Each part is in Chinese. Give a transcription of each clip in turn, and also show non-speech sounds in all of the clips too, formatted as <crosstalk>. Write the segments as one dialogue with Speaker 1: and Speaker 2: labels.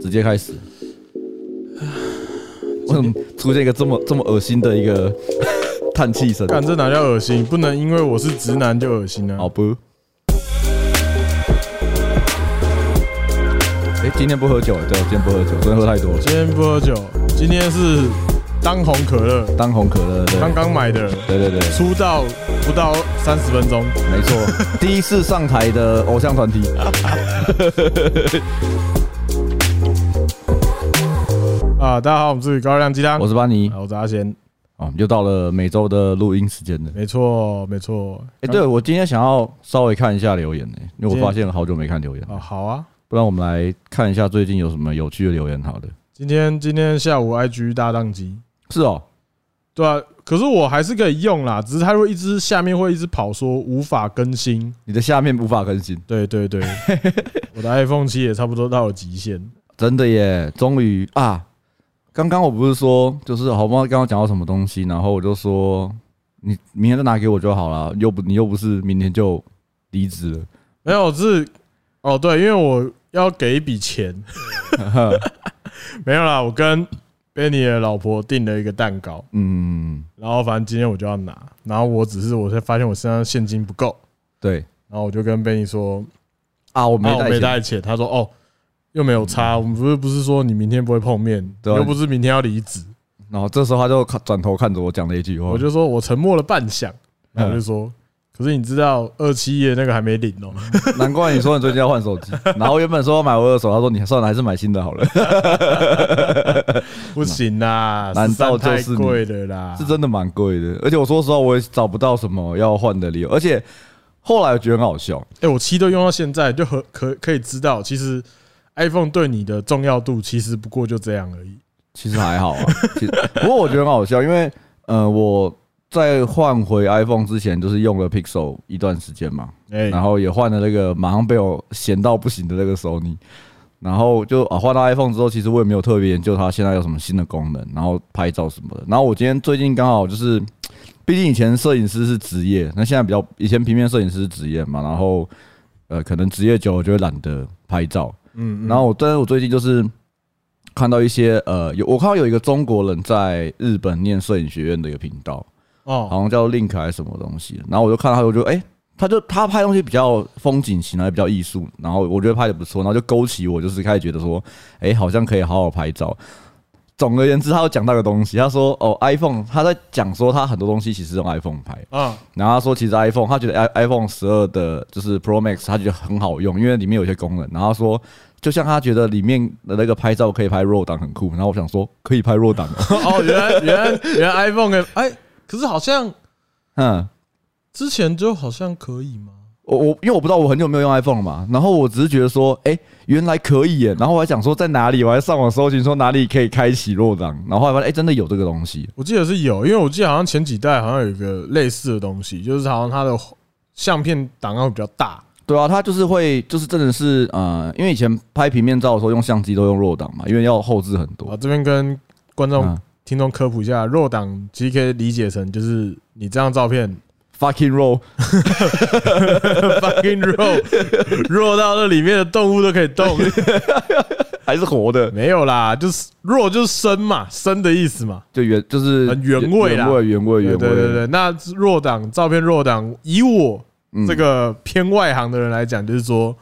Speaker 1: 直接开始。为什么出现一个这么这么恶心的一个 <laughs> 叹气声？
Speaker 2: 干这哪叫恶心？不能因为我是直男就恶心啊！
Speaker 1: 好不？哎，今天不喝酒，对，今天不喝酒，昨天喝太多了。
Speaker 2: 今天不喝酒，今天是当红可乐，
Speaker 1: 当红可乐，对，
Speaker 2: 刚刚买的，
Speaker 1: 对对对，
Speaker 2: 出道不到三十分钟，
Speaker 1: 没错， <laughs> 第一次上台的偶像团体。
Speaker 2: 啊！大家好，我们是高热量鸡汤，
Speaker 1: 我是班尼
Speaker 2: 啊，，我是阿贤，
Speaker 1: 哦，又到了每周的录音时间了。
Speaker 2: 没错没错。
Speaker 1: 哎，对我今天想要稍微看一下留言呢、因为
Speaker 2: 今
Speaker 1: 我
Speaker 2: 天
Speaker 1: 发现好久没看留言，
Speaker 2: 啊，好啊，
Speaker 1: 不然我们来看一下最近有什么有趣的留言好了。
Speaker 2: 今天今天下午 IG 大宕机，
Speaker 1: 是哦，
Speaker 2: 对啊，可是我还是可以用啦，只是它会一直下面会一直跑说无法更新，
Speaker 1: 你的下面无法更新，
Speaker 2: 对
Speaker 1: <laughs>
Speaker 2: 对对，我的 iPhone 七也差不多到了极限，
Speaker 1: 真的耶！终于啊，刚刚我不是说就是好不好？刚刚讲到什么东西，然后我就说你明天再拿给我就好了，又不你又不是明天就离职了。
Speaker 2: 没有是哦，对，因为我要给一
Speaker 1: <laughs>
Speaker 2: 笔钱，没有啦，我跟 Benny 的老婆订了一个蛋糕，
Speaker 1: 嗯，
Speaker 2: 然后反正今天我就要拿，然后我只是我才发现我身上现金不够，
Speaker 1: 对
Speaker 2: 然后我就跟 Benny 说，
Speaker 1: 啊，我没
Speaker 2: 啊，我
Speaker 1: 带
Speaker 2: 没
Speaker 1: 钱，嗯
Speaker 2: 带钱，他说哦。又没有差，我们不是不是说你明天不会碰面，
Speaker 1: 对啊
Speaker 2: 又不是明天要离职，
Speaker 1: 然后这时候他就看转头看着我讲了一句话，
Speaker 2: 我就说我沉默了半晌，
Speaker 1: 嗯
Speaker 2: 然后我就说，可是你知道二七页那个还没领哦，
Speaker 1: 难怪你说你最近要换
Speaker 2: <laughs>
Speaker 1: 手机，然后原本说要买我二手，他说你算了，还是买新的好了，
Speaker 2: 不行啦，
Speaker 1: 难道就
Speaker 2: 13
Speaker 1: 是
Speaker 2: 太
Speaker 1: 你
Speaker 2: 贵了啦？
Speaker 1: 是真的蛮贵的。而且我说实话，我也找不到什么要换的理由。而且后来我觉得很好笑，
Speaker 2: 哎、我七都用到现在，就和可可以知道，其实 iPhone 对你的重要度其实不过就这样而已。
Speaker 1: 其实还好啊。其实不过我觉得很好笑，因为呃我在换回 iPhone 之前，就是用了 Pixel 一段时间嘛，
Speaker 2: 哎、
Speaker 1: 然后也换了那个马上被我嫌到不行的那个 Sony。然后就啊，换到 iPhone 之后，其实我也没有特别研究它现在有什么新的功能，然后拍照什么的。然后我今天最近刚好就是，毕竟以前摄影师是职业，那现在比较以前平面摄影师是职业嘛，然后呃，可能职业久了就会懒得拍照。
Speaker 2: 嗯，
Speaker 1: 然后我，但是我最近就是看到一些呃，有我看到有一个中国人在日本念摄影学院的一个频道，
Speaker 2: 哦，
Speaker 1: 好像叫 Link 还是什么东西。然后我就看到他，我就哎、诶他就他拍东西比较风景型啊，也比较艺术，然后我觉得拍的不错，然后就勾起我就是开始觉得说，哎、好像可以好好拍照。总而言之，他有讲到一个东西，他说哦，iPhone，他在讲说他很多东西其实用 iPhone 拍，
Speaker 2: 啊，
Speaker 1: 然后他说，其实 iPhone 他觉得 i iPhone 十二的就是 Pro Max，他觉得很好用，因为里面有一些功能。然后他说，就像他觉得里面的那个拍照可以拍 RAW 档很酷。然后我想说，可以拍 RAW 档哦，
Speaker 2: 哦，原来原来原来 iPhone 跟哎、可是好像
Speaker 1: <laughs> 嗯，
Speaker 2: 之前就好像可以吗？
Speaker 1: 我我因为我不知道我很久没有用 iPhone 了嘛，然后我只是觉得说，哎，原来可以耶。然后我还想说在哪里，我还上网搜寻说哪里可以开启 RAW 档，然后后来发现哎，真的有这个东西。
Speaker 2: 我记得是有，因为我记得好像前几代好像有一个类似的东西，就是好像它的相片档案会比较大。
Speaker 1: 对啊，它就是会，就是真的是，呃，因为以前拍平面照的时候用相机都用 RAW 档嘛，因为要后置很多
Speaker 2: 啊，。这边跟观众、
Speaker 1: 嗯
Speaker 2: 听众科普一下，弱档其实可以理解成就是你这张照片
Speaker 1: Fucking
Speaker 2: <laughs>
Speaker 1: RAW，
Speaker 2: fucking 弱，弱到那里面的动物都可以动。
Speaker 1: 还是活的。
Speaker 2: 没有啦，就是弱就是生嘛，生的意思嘛。
Speaker 1: 就原就是
Speaker 2: 很原味啦
Speaker 1: 原味原味
Speaker 2: 对
Speaker 1: 原
Speaker 2: 对
Speaker 1: 味，
Speaker 2: 对对，那弱档照片弱档，以我这个偏外行的人来讲，就是说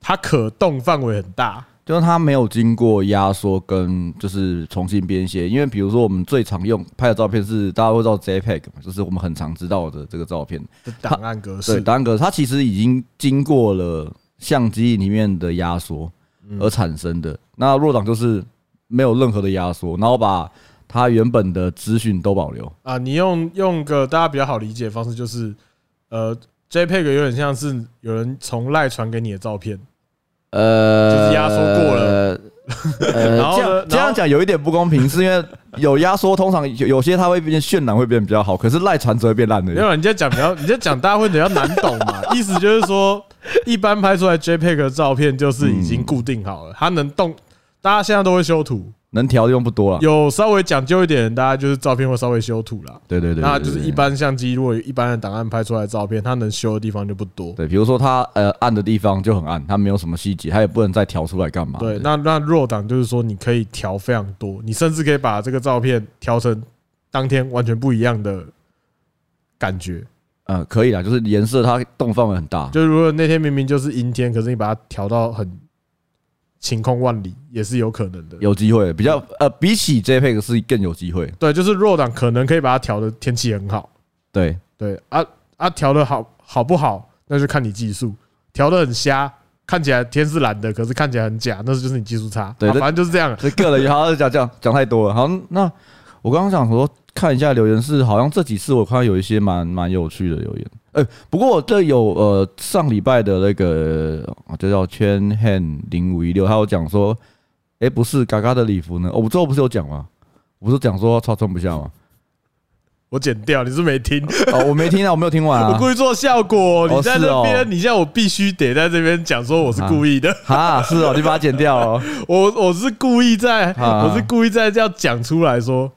Speaker 2: 它可动范围很大。
Speaker 1: 就是它没有经过压缩跟就是重新编写，因为比如说我们最常用拍的照片是大家会知道 JPEG 嘛，就是我们很常知道的这个照片，
Speaker 2: 的档案格
Speaker 1: 对，
Speaker 2: 式，
Speaker 1: 档案格式它其实已经经过了相机里面的压缩而产生的。那弱档就是没有任何的压缩，然后把它原本的资讯都保留，
Speaker 2: 啊，你用用个大家比较好理解的方式，就是呃，JPEG 有点像是有人从赖传给你的照片，
Speaker 1: 呃，
Speaker 2: 就是压缩过了。
Speaker 1: <laughs> 呃，
Speaker 2: 然后
Speaker 1: 这
Speaker 2: 呢然后
Speaker 1: 样这样讲有一点不公平，是因为有压缩，通常有有些它会变渲染会变比较好，可是赖传只会变烂
Speaker 2: 没
Speaker 1: 的。
Speaker 2: 有，你在讲比
Speaker 1: <laughs>
Speaker 2: 较，你在讲大家会比较难懂嘛。意思就是说，一般拍出来 JPEG 的照片就是已经固定好了，它能动，大家现在都会修图，
Speaker 1: 能调的地方不多了。
Speaker 2: 有稍微讲究一点，大家就是照片会稍微修图啦。
Speaker 1: 对对对，
Speaker 2: 那
Speaker 1: 对
Speaker 2: 就是
Speaker 1: 对
Speaker 2: 一般相机，如果一般的档案拍出来的照片，它能修的地方就不多。
Speaker 1: 对，比如说它呃暗的地方就很暗，它没有什么细节，它也不能再调出来干嘛。
Speaker 2: 对，那那 RAW 档就是说你可以调非常多，你甚至可以把这个照片调成当天完全不一样的感觉。
Speaker 1: 呃可以啦，就是颜色它动范围很大。
Speaker 2: 就如果那天明明就是阴天，可是你把它调到很晴空万里，也是有可能的。
Speaker 1: 有机会，比较呃，比起 JPEG 是更有机会。
Speaker 2: 对，就是 RAW 档可能可以把它调的天气很好。
Speaker 1: 对，
Speaker 2: 对啊啊，调的好好不好，那就看你技术。调的很瞎，看起来天是蓝的，可是看起来很假，那就是你技术差。
Speaker 1: 对
Speaker 2: 啊
Speaker 1: 这
Speaker 2: 反正就是这样。
Speaker 1: 这个人好像讲讲讲太多了。好，那我刚刚想说看一下留言是，好像这几次我看到有一些蛮蛮有趣的留言。呃、不过这有呃上礼拜的那个呃就叫圈 hand 零五一六，他有讲说，诶，不是嘎嘎的礼服呢？哦我最后不是有讲吗？我不是讲说超穿不下吗？
Speaker 2: 我剪掉，你是没听，
Speaker 1: 哦，我没听到，我没有听完
Speaker 2: 我
Speaker 1: 啊。
Speaker 2: 故意做效果。
Speaker 1: 哦
Speaker 2: 你在
Speaker 1: 是
Speaker 2: 那
Speaker 1: 哦啊
Speaker 2: 边，你现在我必须得在这边讲说我是故意的，
Speaker 1: 哈，是哦，你把它剪掉哦。
Speaker 2: 我我是故意在，
Speaker 1: 啊
Speaker 2: 我是故意在这样讲出来说，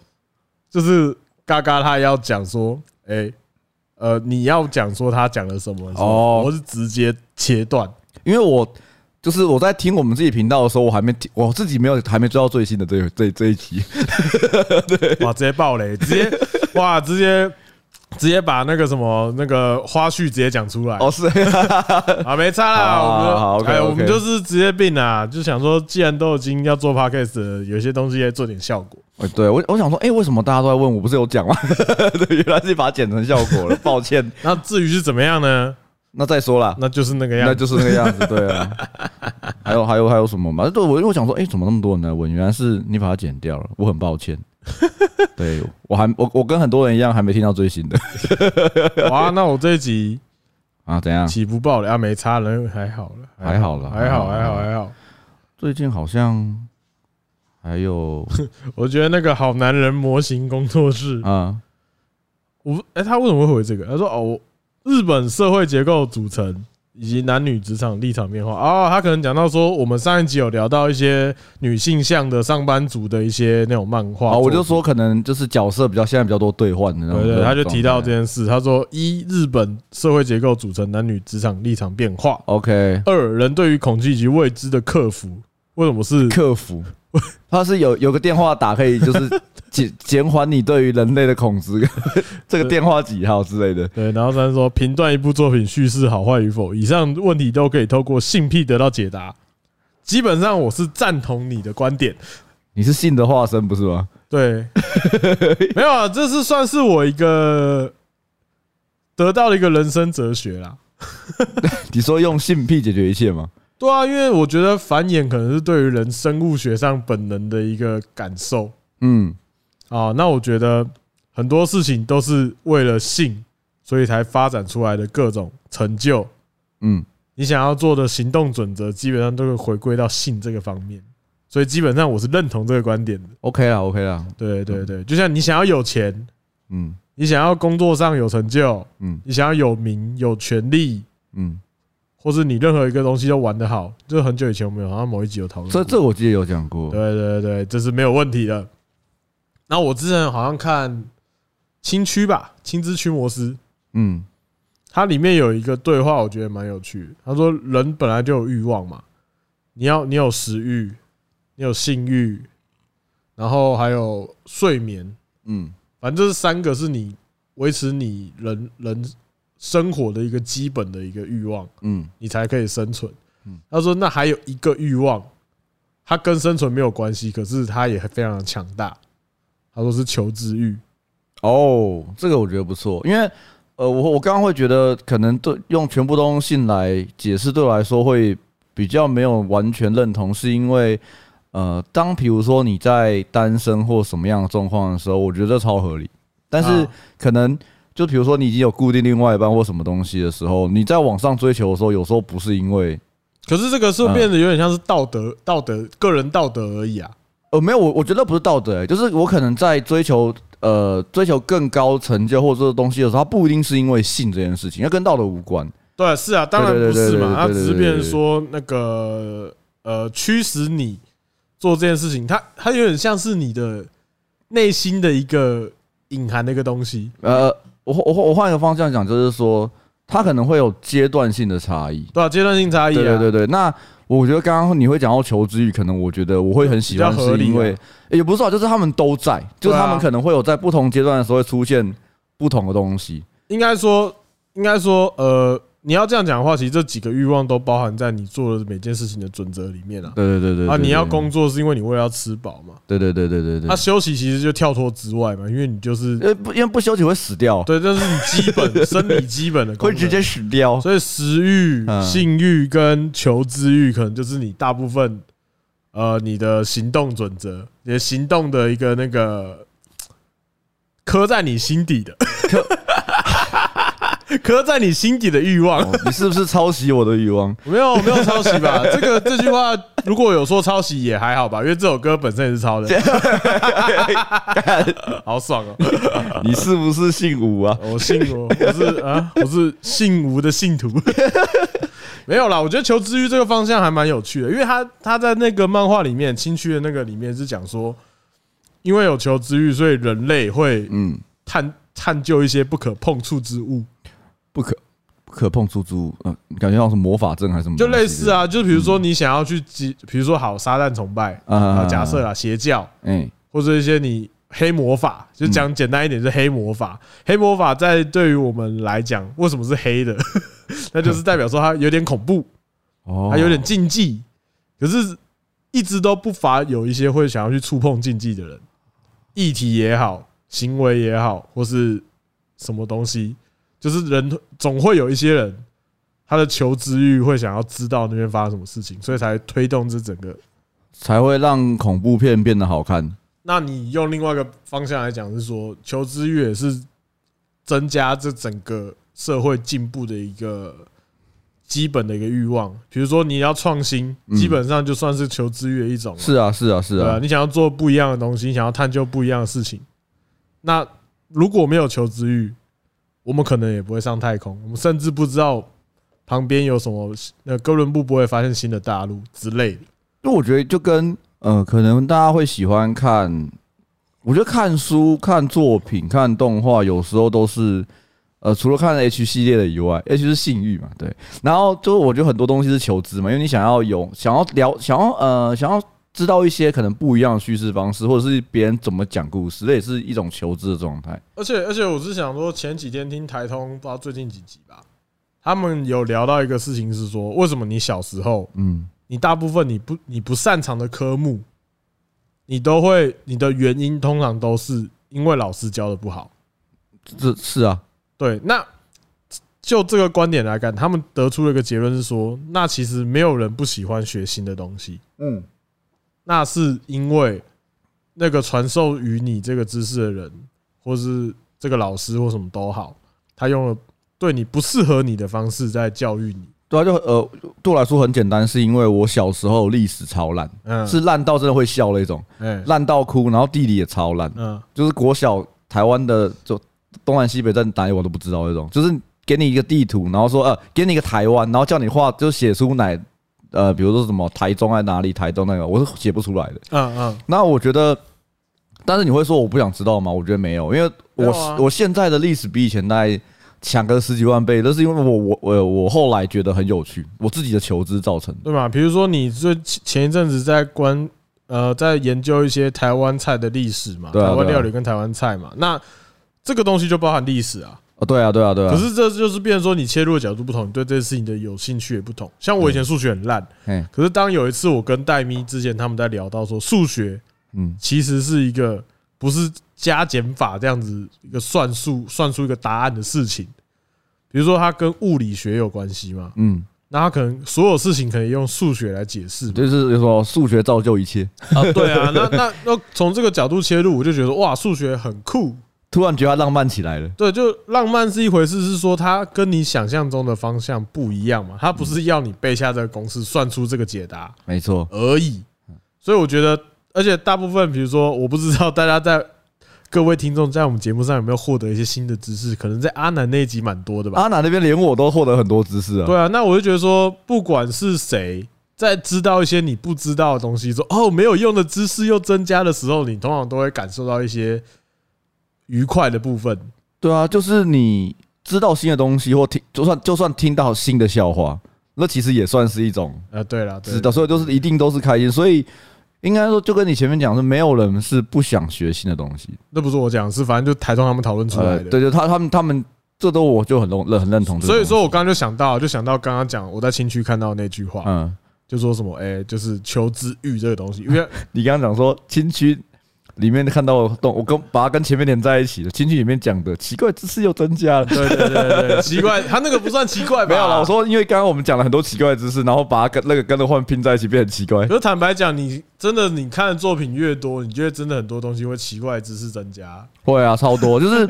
Speaker 2: 就是嘎嘎他要讲说，哎。呃，你要讲说他讲了什么的时候？
Speaker 1: 哦
Speaker 2: 我是直接切断。
Speaker 1: 因为我就是我在听我们自己频道的时候，我还没听，我自己没有还没追到最新的这个这这一集。
Speaker 2: 哇，直接爆雷，直接哇，直接直接把那个什么那个花絮直接讲出来
Speaker 1: 哦，是 <laughs>
Speaker 2: 啊，没差啦，
Speaker 1: 好
Speaker 2: 我们
Speaker 1: 好好
Speaker 2: 就哎，
Speaker 1: ，OK，OK
Speaker 2: 我们就是职业病啊，就想说，既然都已经要做 podcast，了有些东西也做点效果。
Speaker 1: 哎对我我想说，哎、为什么大家都在问我？不是有讲吗？ <laughs> 对，原来是把它剪成效果了，抱歉。
Speaker 2: 那至于是怎么样呢？
Speaker 1: 那再说啦，
Speaker 2: 那就是那个样
Speaker 1: 那
Speaker 2: 子。
Speaker 1: 就是那个样子，对
Speaker 2: <laughs>
Speaker 1: 啊。还有还有还有什么嘛？对，我因为我想说，哎、怎么那么多人来问？原来是你把它剪掉了，我很抱
Speaker 2: <laughs>
Speaker 1: 歉。对我还我我跟很多人一样，还没听到最新的
Speaker 2: 哇，那我这一集
Speaker 1: 啊？怎样？
Speaker 2: 起不爆雷啊，没差了，还好了，
Speaker 1: 还好了
Speaker 2: 还好，还
Speaker 1: 还
Speaker 2: 好，
Speaker 1: 好
Speaker 2: 还好。
Speaker 1: 最近好像还有
Speaker 2: 我觉得那个好男人模型工作室，
Speaker 1: 啊。
Speaker 2: 我不哎、他为什么会回这个？他说哦，我日本社会结构组成以及男女职场立场变化。哦，他可能讲到说，我们上一集有聊到一些女性向的上班族的一些那种漫画。
Speaker 1: 啊，我就，说可能就是角色比较现在比较多兑换的那种。
Speaker 2: 对对，他就提到这
Speaker 1: 样。
Speaker 2: 件事。他说一，日本社会结构组成男女职场立场变化；
Speaker 1: OK，
Speaker 2: 二，人对于恐惧以及未知的克服。为什么是？
Speaker 1: 客
Speaker 2: <laughs>
Speaker 1: 服，他是有有个电话打可以就是 <laughs> 减减缓你对于人类的恐惧， <laughs> 这个电话几号之类的。
Speaker 2: 对，然后三说评断一部作品叙事好坏与否，以上问题都可以透过性癖得到解答。基本上我是赞同你的观点，
Speaker 1: 你是性的化身不是吗？
Speaker 2: 对，没有啊，这是算是我一个得到了一个人生哲学啦。
Speaker 1: 你说用性癖解决一切吗？
Speaker 2: 对啊，因为我觉得繁衍可能是对于人生物学上本能的一个感受
Speaker 1: 嗯，
Speaker 2: 啊。那我觉得很多事情都是为了性，所以才发展出来的各种成就。
Speaker 1: 嗯，
Speaker 2: 你想要做的行动准则，基本上都会回归到性这个方面。所以基本上我是认同这个观点的。
Speaker 1: ，OK 啦，OK 啦，
Speaker 2: 对对对，就像你想要有钱，
Speaker 1: 嗯
Speaker 2: 你想要工作上有成就，
Speaker 1: 嗯
Speaker 2: 你想要有名、有权利，
Speaker 1: 嗯，
Speaker 2: 或是你任何一个东西都玩得好，就是很久以前我们有好像某一集有讨论过。
Speaker 1: 这这我记得有讲过。
Speaker 2: 对对对，这是没有问题的。那我之前好像看青区吧，青之驱魔师，
Speaker 1: 嗯
Speaker 2: 它里面有一个对话，我觉得蛮有趣的。他说：“人本来就有欲望嘛，你要你有食欲，你有性欲，然后还有睡眠，
Speaker 1: 嗯
Speaker 2: 反正这三个是你维持你人人生活的一个基本的一个欲望。”
Speaker 1: 嗯
Speaker 2: 你才可以生存
Speaker 1: 嗯。
Speaker 2: 他说，那还有一个欲望，它跟生存没有关系，可是它也非常的强大。他说是求知欲，
Speaker 1: 哦，这个我觉得不错，因为呃，我我刚刚会觉得可能对用全部都用性来解释，对我来说会比较没有完全认同，是因为呃，当比如说你在单身或什么样的状况的时候，我觉得这超合理，但是
Speaker 2: 啊
Speaker 1: 可能。就比如说，你已经有固定另外一半或什么东西的时候，你在往上追求的时候，有时候不是因为
Speaker 2: 可是这个是变得有点像是道德、道德、个人道德而已啊。
Speaker 1: 呃，没有，我我觉得不是道德、欸，就是我可能在追求呃追求更高成就或者这东西的时候，它不一定是因为性这件事情，它跟道德无关。
Speaker 2: 对，是啊，当然
Speaker 1: 对
Speaker 2: 不
Speaker 1: 对对
Speaker 2: 是嘛，
Speaker 1: 对对对
Speaker 2: 他只是变成
Speaker 1: 对对
Speaker 2: 说那个呃，驱使你做这件事情，它它有点像是你的内心的一个隐含的一个东西。
Speaker 1: 呃，我我我换一个方向讲，就是说它可能会有阶段性的差异。
Speaker 2: 对啊，阶段性差异啊，
Speaker 1: 对对对对，那我觉得刚刚你会讲到求知欲，可能我觉得我会很喜欢，
Speaker 2: 比较合
Speaker 1: 是
Speaker 2: 理啊
Speaker 1: 因为也不是啊，就是他们都在，就是他
Speaker 2: 对
Speaker 1: 们
Speaker 2: 啊
Speaker 1: 可能会有在不同阶段的时候会出现不同的东西。
Speaker 2: 应该说，应该说，呃，你要这样讲的话，其实这几个欲望都包含在你做的每件事情的准则里面啊。
Speaker 1: 对对对对
Speaker 2: 啊，
Speaker 1: 对
Speaker 2: 你要啊
Speaker 1: 对
Speaker 2: 工作是因为你为了要吃饱嘛，
Speaker 1: 对对对对对对
Speaker 2: 那、，休息其实就跳脱之外嘛，因为你就是
Speaker 1: 呃，不，因为不休息会死掉，
Speaker 2: 对，这是你基
Speaker 1: <laughs>
Speaker 2: 本生理基本的功
Speaker 1: 会
Speaker 2: 能，
Speaker 1: 直接死掉。
Speaker 2: <laughs> 所以食欲
Speaker 1: 嗯、
Speaker 2: 性欲跟求知欲，可能就是你大部分呃你的行动准则，你的行动的一个那个刻在你心底的， <laughs> 刻在你心底的欲望。
Speaker 1: 哦你是不是抄袭我的欲
Speaker 2: <laughs>
Speaker 1: 望？
Speaker 2: 没有没有抄袭吧？ <laughs> 这个这句话如果有说抄袭也还好吧，因为这首歌本身也是
Speaker 1: <laughs>
Speaker 2: 抄的，好爽哦！
Speaker 1: 你是不是姓吴啊？
Speaker 2: 我信我，我是啊，我是姓吴的信徒。 <laughs> 没有啦，我觉得求知欲这个方向还蛮有趣的，因为他他在那个漫画里面，新区的那个里面是讲说，因为有求知欲，所以人类会
Speaker 1: 嗯，
Speaker 2: 探探究一些不可碰触之物，
Speaker 1: 不可不可碰出租，嗯、感觉像是魔法阵还是什么，嗯
Speaker 2: 就类似，啊，就比如说你想要去集，比如说好撒旦崇拜啊，
Speaker 1: 啊
Speaker 2: 假设，啦邪教，
Speaker 1: 哎、
Speaker 2: 或者一些你黑魔法，就讲简单一点是黑魔法。黑魔法在对于我们来讲，为什么是黑的？ <laughs> 那就是代表说它有点恐怖，
Speaker 1: 哦
Speaker 2: 它有点禁忌。可是，一直都不乏有一些会想要去触碰禁忌的人，议题也好，行为也好，或是什么东西，就是人总会有一些人，他的求知欲会想要知道那边发生什么事情，所以才推动这整个
Speaker 1: 才会让恐怖片变得好看。
Speaker 2: 那你用另外一个方向来讲，是说求知欲也是增加这整个社会进步的一个基本的一个欲望。比如说你要创新，
Speaker 1: 嗯
Speaker 2: 基本上就算是求知欲的一种了，
Speaker 1: 是啊，是啊，是
Speaker 2: 对啊。
Speaker 1: 啊，
Speaker 2: 你想要做不一样的东西，你想要探究不一样的事情，那如果没有求知欲，我们可能也不会上太空，我们甚至不知道旁边有什么，呃，哥伦布不会发现新的大陆之类的。
Speaker 1: 就我觉得就跟呃，可能大家会喜欢看，我觉得看书、看作品、看动画，有时候都是。呃，除了看 H 系列的以外，H 是性欲嘛，对。然后就是我觉得很多东西是求知嘛，因为你想要有想要聊想要呃想要知道一些可能不一样的叙事方式，或者是别人怎么讲故事，这也是一种求知的状态。
Speaker 2: 而且而且，我是想说，前几天听台通，不知道最近几集吧，他们有聊到一个事情，是说为什么你小时候，
Speaker 1: 嗯，
Speaker 2: 你大部分你不你不擅长的科目，你都会你的原因通常都是因为老师教的不好。
Speaker 1: 这是啊，
Speaker 2: 对，那就这个观点来看，他们得出了一个结论是说，那其实没有人不喜欢学新的东西，
Speaker 1: 嗯，
Speaker 2: 那是因为那个传授于你这个知识的人，或是这个老师或什么都好，他用了对你不适合你的方式在教育你。
Speaker 1: 对啊，就呃，对我来说很简单，是因为我小时候历史超烂，
Speaker 2: 嗯，，
Speaker 1: 是烂到真的会笑那种，
Speaker 2: 哎，
Speaker 1: 烂到哭，然后地理也超烂，
Speaker 2: 嗯，
Speaker 1: 就是国小台湾的就东南西北在哪里我都不知道那种，就是给你一个地图，然后说呃，给你一个台湾，然后叫你画，就写出哪呃，比如说什么台中在哪里，台东那个我是写不出来的。
Speaker 2: 嗯嗯，
Speaker 1: 那我觉得，但是你会说我不想知道吗？我觉得没有，因为我、
Speaker 2: 没有啊
Speaker 1: 我现在的历史比以前大概强个十几万倍，那是因为我我我我后来觉得很有趣，我自己的求知造成的。
Speaker 2: 对嘛？比如说你最前一阵子在关呃，在研究一些台湾菜的历史嘛，
Speaker 1: 对啊
Speaker 2: 台湾
Speaker 1: 对啊
Speaker 2: 料理跟台湾菜嘛，那这个东西就包含历史啊。
Speaker 1: 哦，对啊，对啊，对啊。
Speaker 2: 可是这就是变成说你切入的角度不同，你对这件事情的有兴趣也不同。像我以前数学很烂，
Speaker 1: 嘿，
Speaker 2: 可是当有一次我跟戴咪之前他们在聊到说，数学
Speaker 1: 嗯，
Speaker 2: 其实是一个不是加减法这样子一个算术算出一个答案的事情。比如说它跟物理学有关系嘛，
Speaker 1: 嗯，
Speaker 2: 那它可能所有事情可以用数学来解释嘛。
Speaker 1: 就是说数学造就一切。
Speaker 2: 啊，对啊， <laughs> 那那那从这个角度切入，我就觉得哇，数学很酷。
Speaker 1: 突然觉得它浪漫起来了。
Speaker 2: 对，就浪漫是一回事，是说它跟你想象中的方向不一样嘛，它
Speaker 1: 嗯
Speaker 2: 不是要你背下这个公式算出这个解答，
Speaker 1: 没错，
Speaker 2: 而已。
Speaker 1: 嗯
Speaker 2: 所以我觉得，而且大部分，比如说，我不知道大家在各位听众在我们节目上有没有获得一些新的知识，可能在阿南那一集蛮多的吧。
Speaker 1: 阿南那边连我都获得很多知识啊。
Speaker 2: 对啊，那我就觉得说，不管是谁，在知道一些你不知道的东西，说哦没有用的知识又增加的时候，你通常都会感受到一些愉快的部分。
Speaker 1: 对啊，就是你知道新的东西，或听，就算就算听到新的笑话，那其实也算是一种
Speaker 2: 呃，对了，对
Speaker 1: 知道，所以就是一定都是开心。所以应该说，就跟你前面讲的，没有人是不想学新的东西。
Speaker 2: 那不是我讲，是反正就台中他们讨论出来
Speaker 1: 呃，
Speaker 2: 的。
Speaker 1: 对，就他他们他们这都我就很认很认同这个
Speaker 2: 所
Speaker 1: 东
Speaker 2: 以
Speaker 1: 西。
Speaker 2: 说我刚刚就想到，就想到刚刚讲我在新区看到那句话，
Speaker 1: 嗯，
Speaker 2: 就说什么哎，就是求知欲这个东西，因为。
Speaker 1: <laughs> 你刚刚讲说亲区里面看到的动，我跟把它跟前面连在一起的亲区里面讲的奇怪知识又增加了
Speaker 2: 对对对对对，奇怪，他那个不算奇怪吧？
Speaker 1: <laughs> 没有了，我说因为刚刚我们讲了很多奇怪的知识，然后把它跟那个跟着换拼在一起变很奇怪
Speaker 2: 可。是坦白讲，你真的你看的作品越多，你觉得真的很多东西会奇怪的知识增加。
Speaker 1: 会啊，超多，就是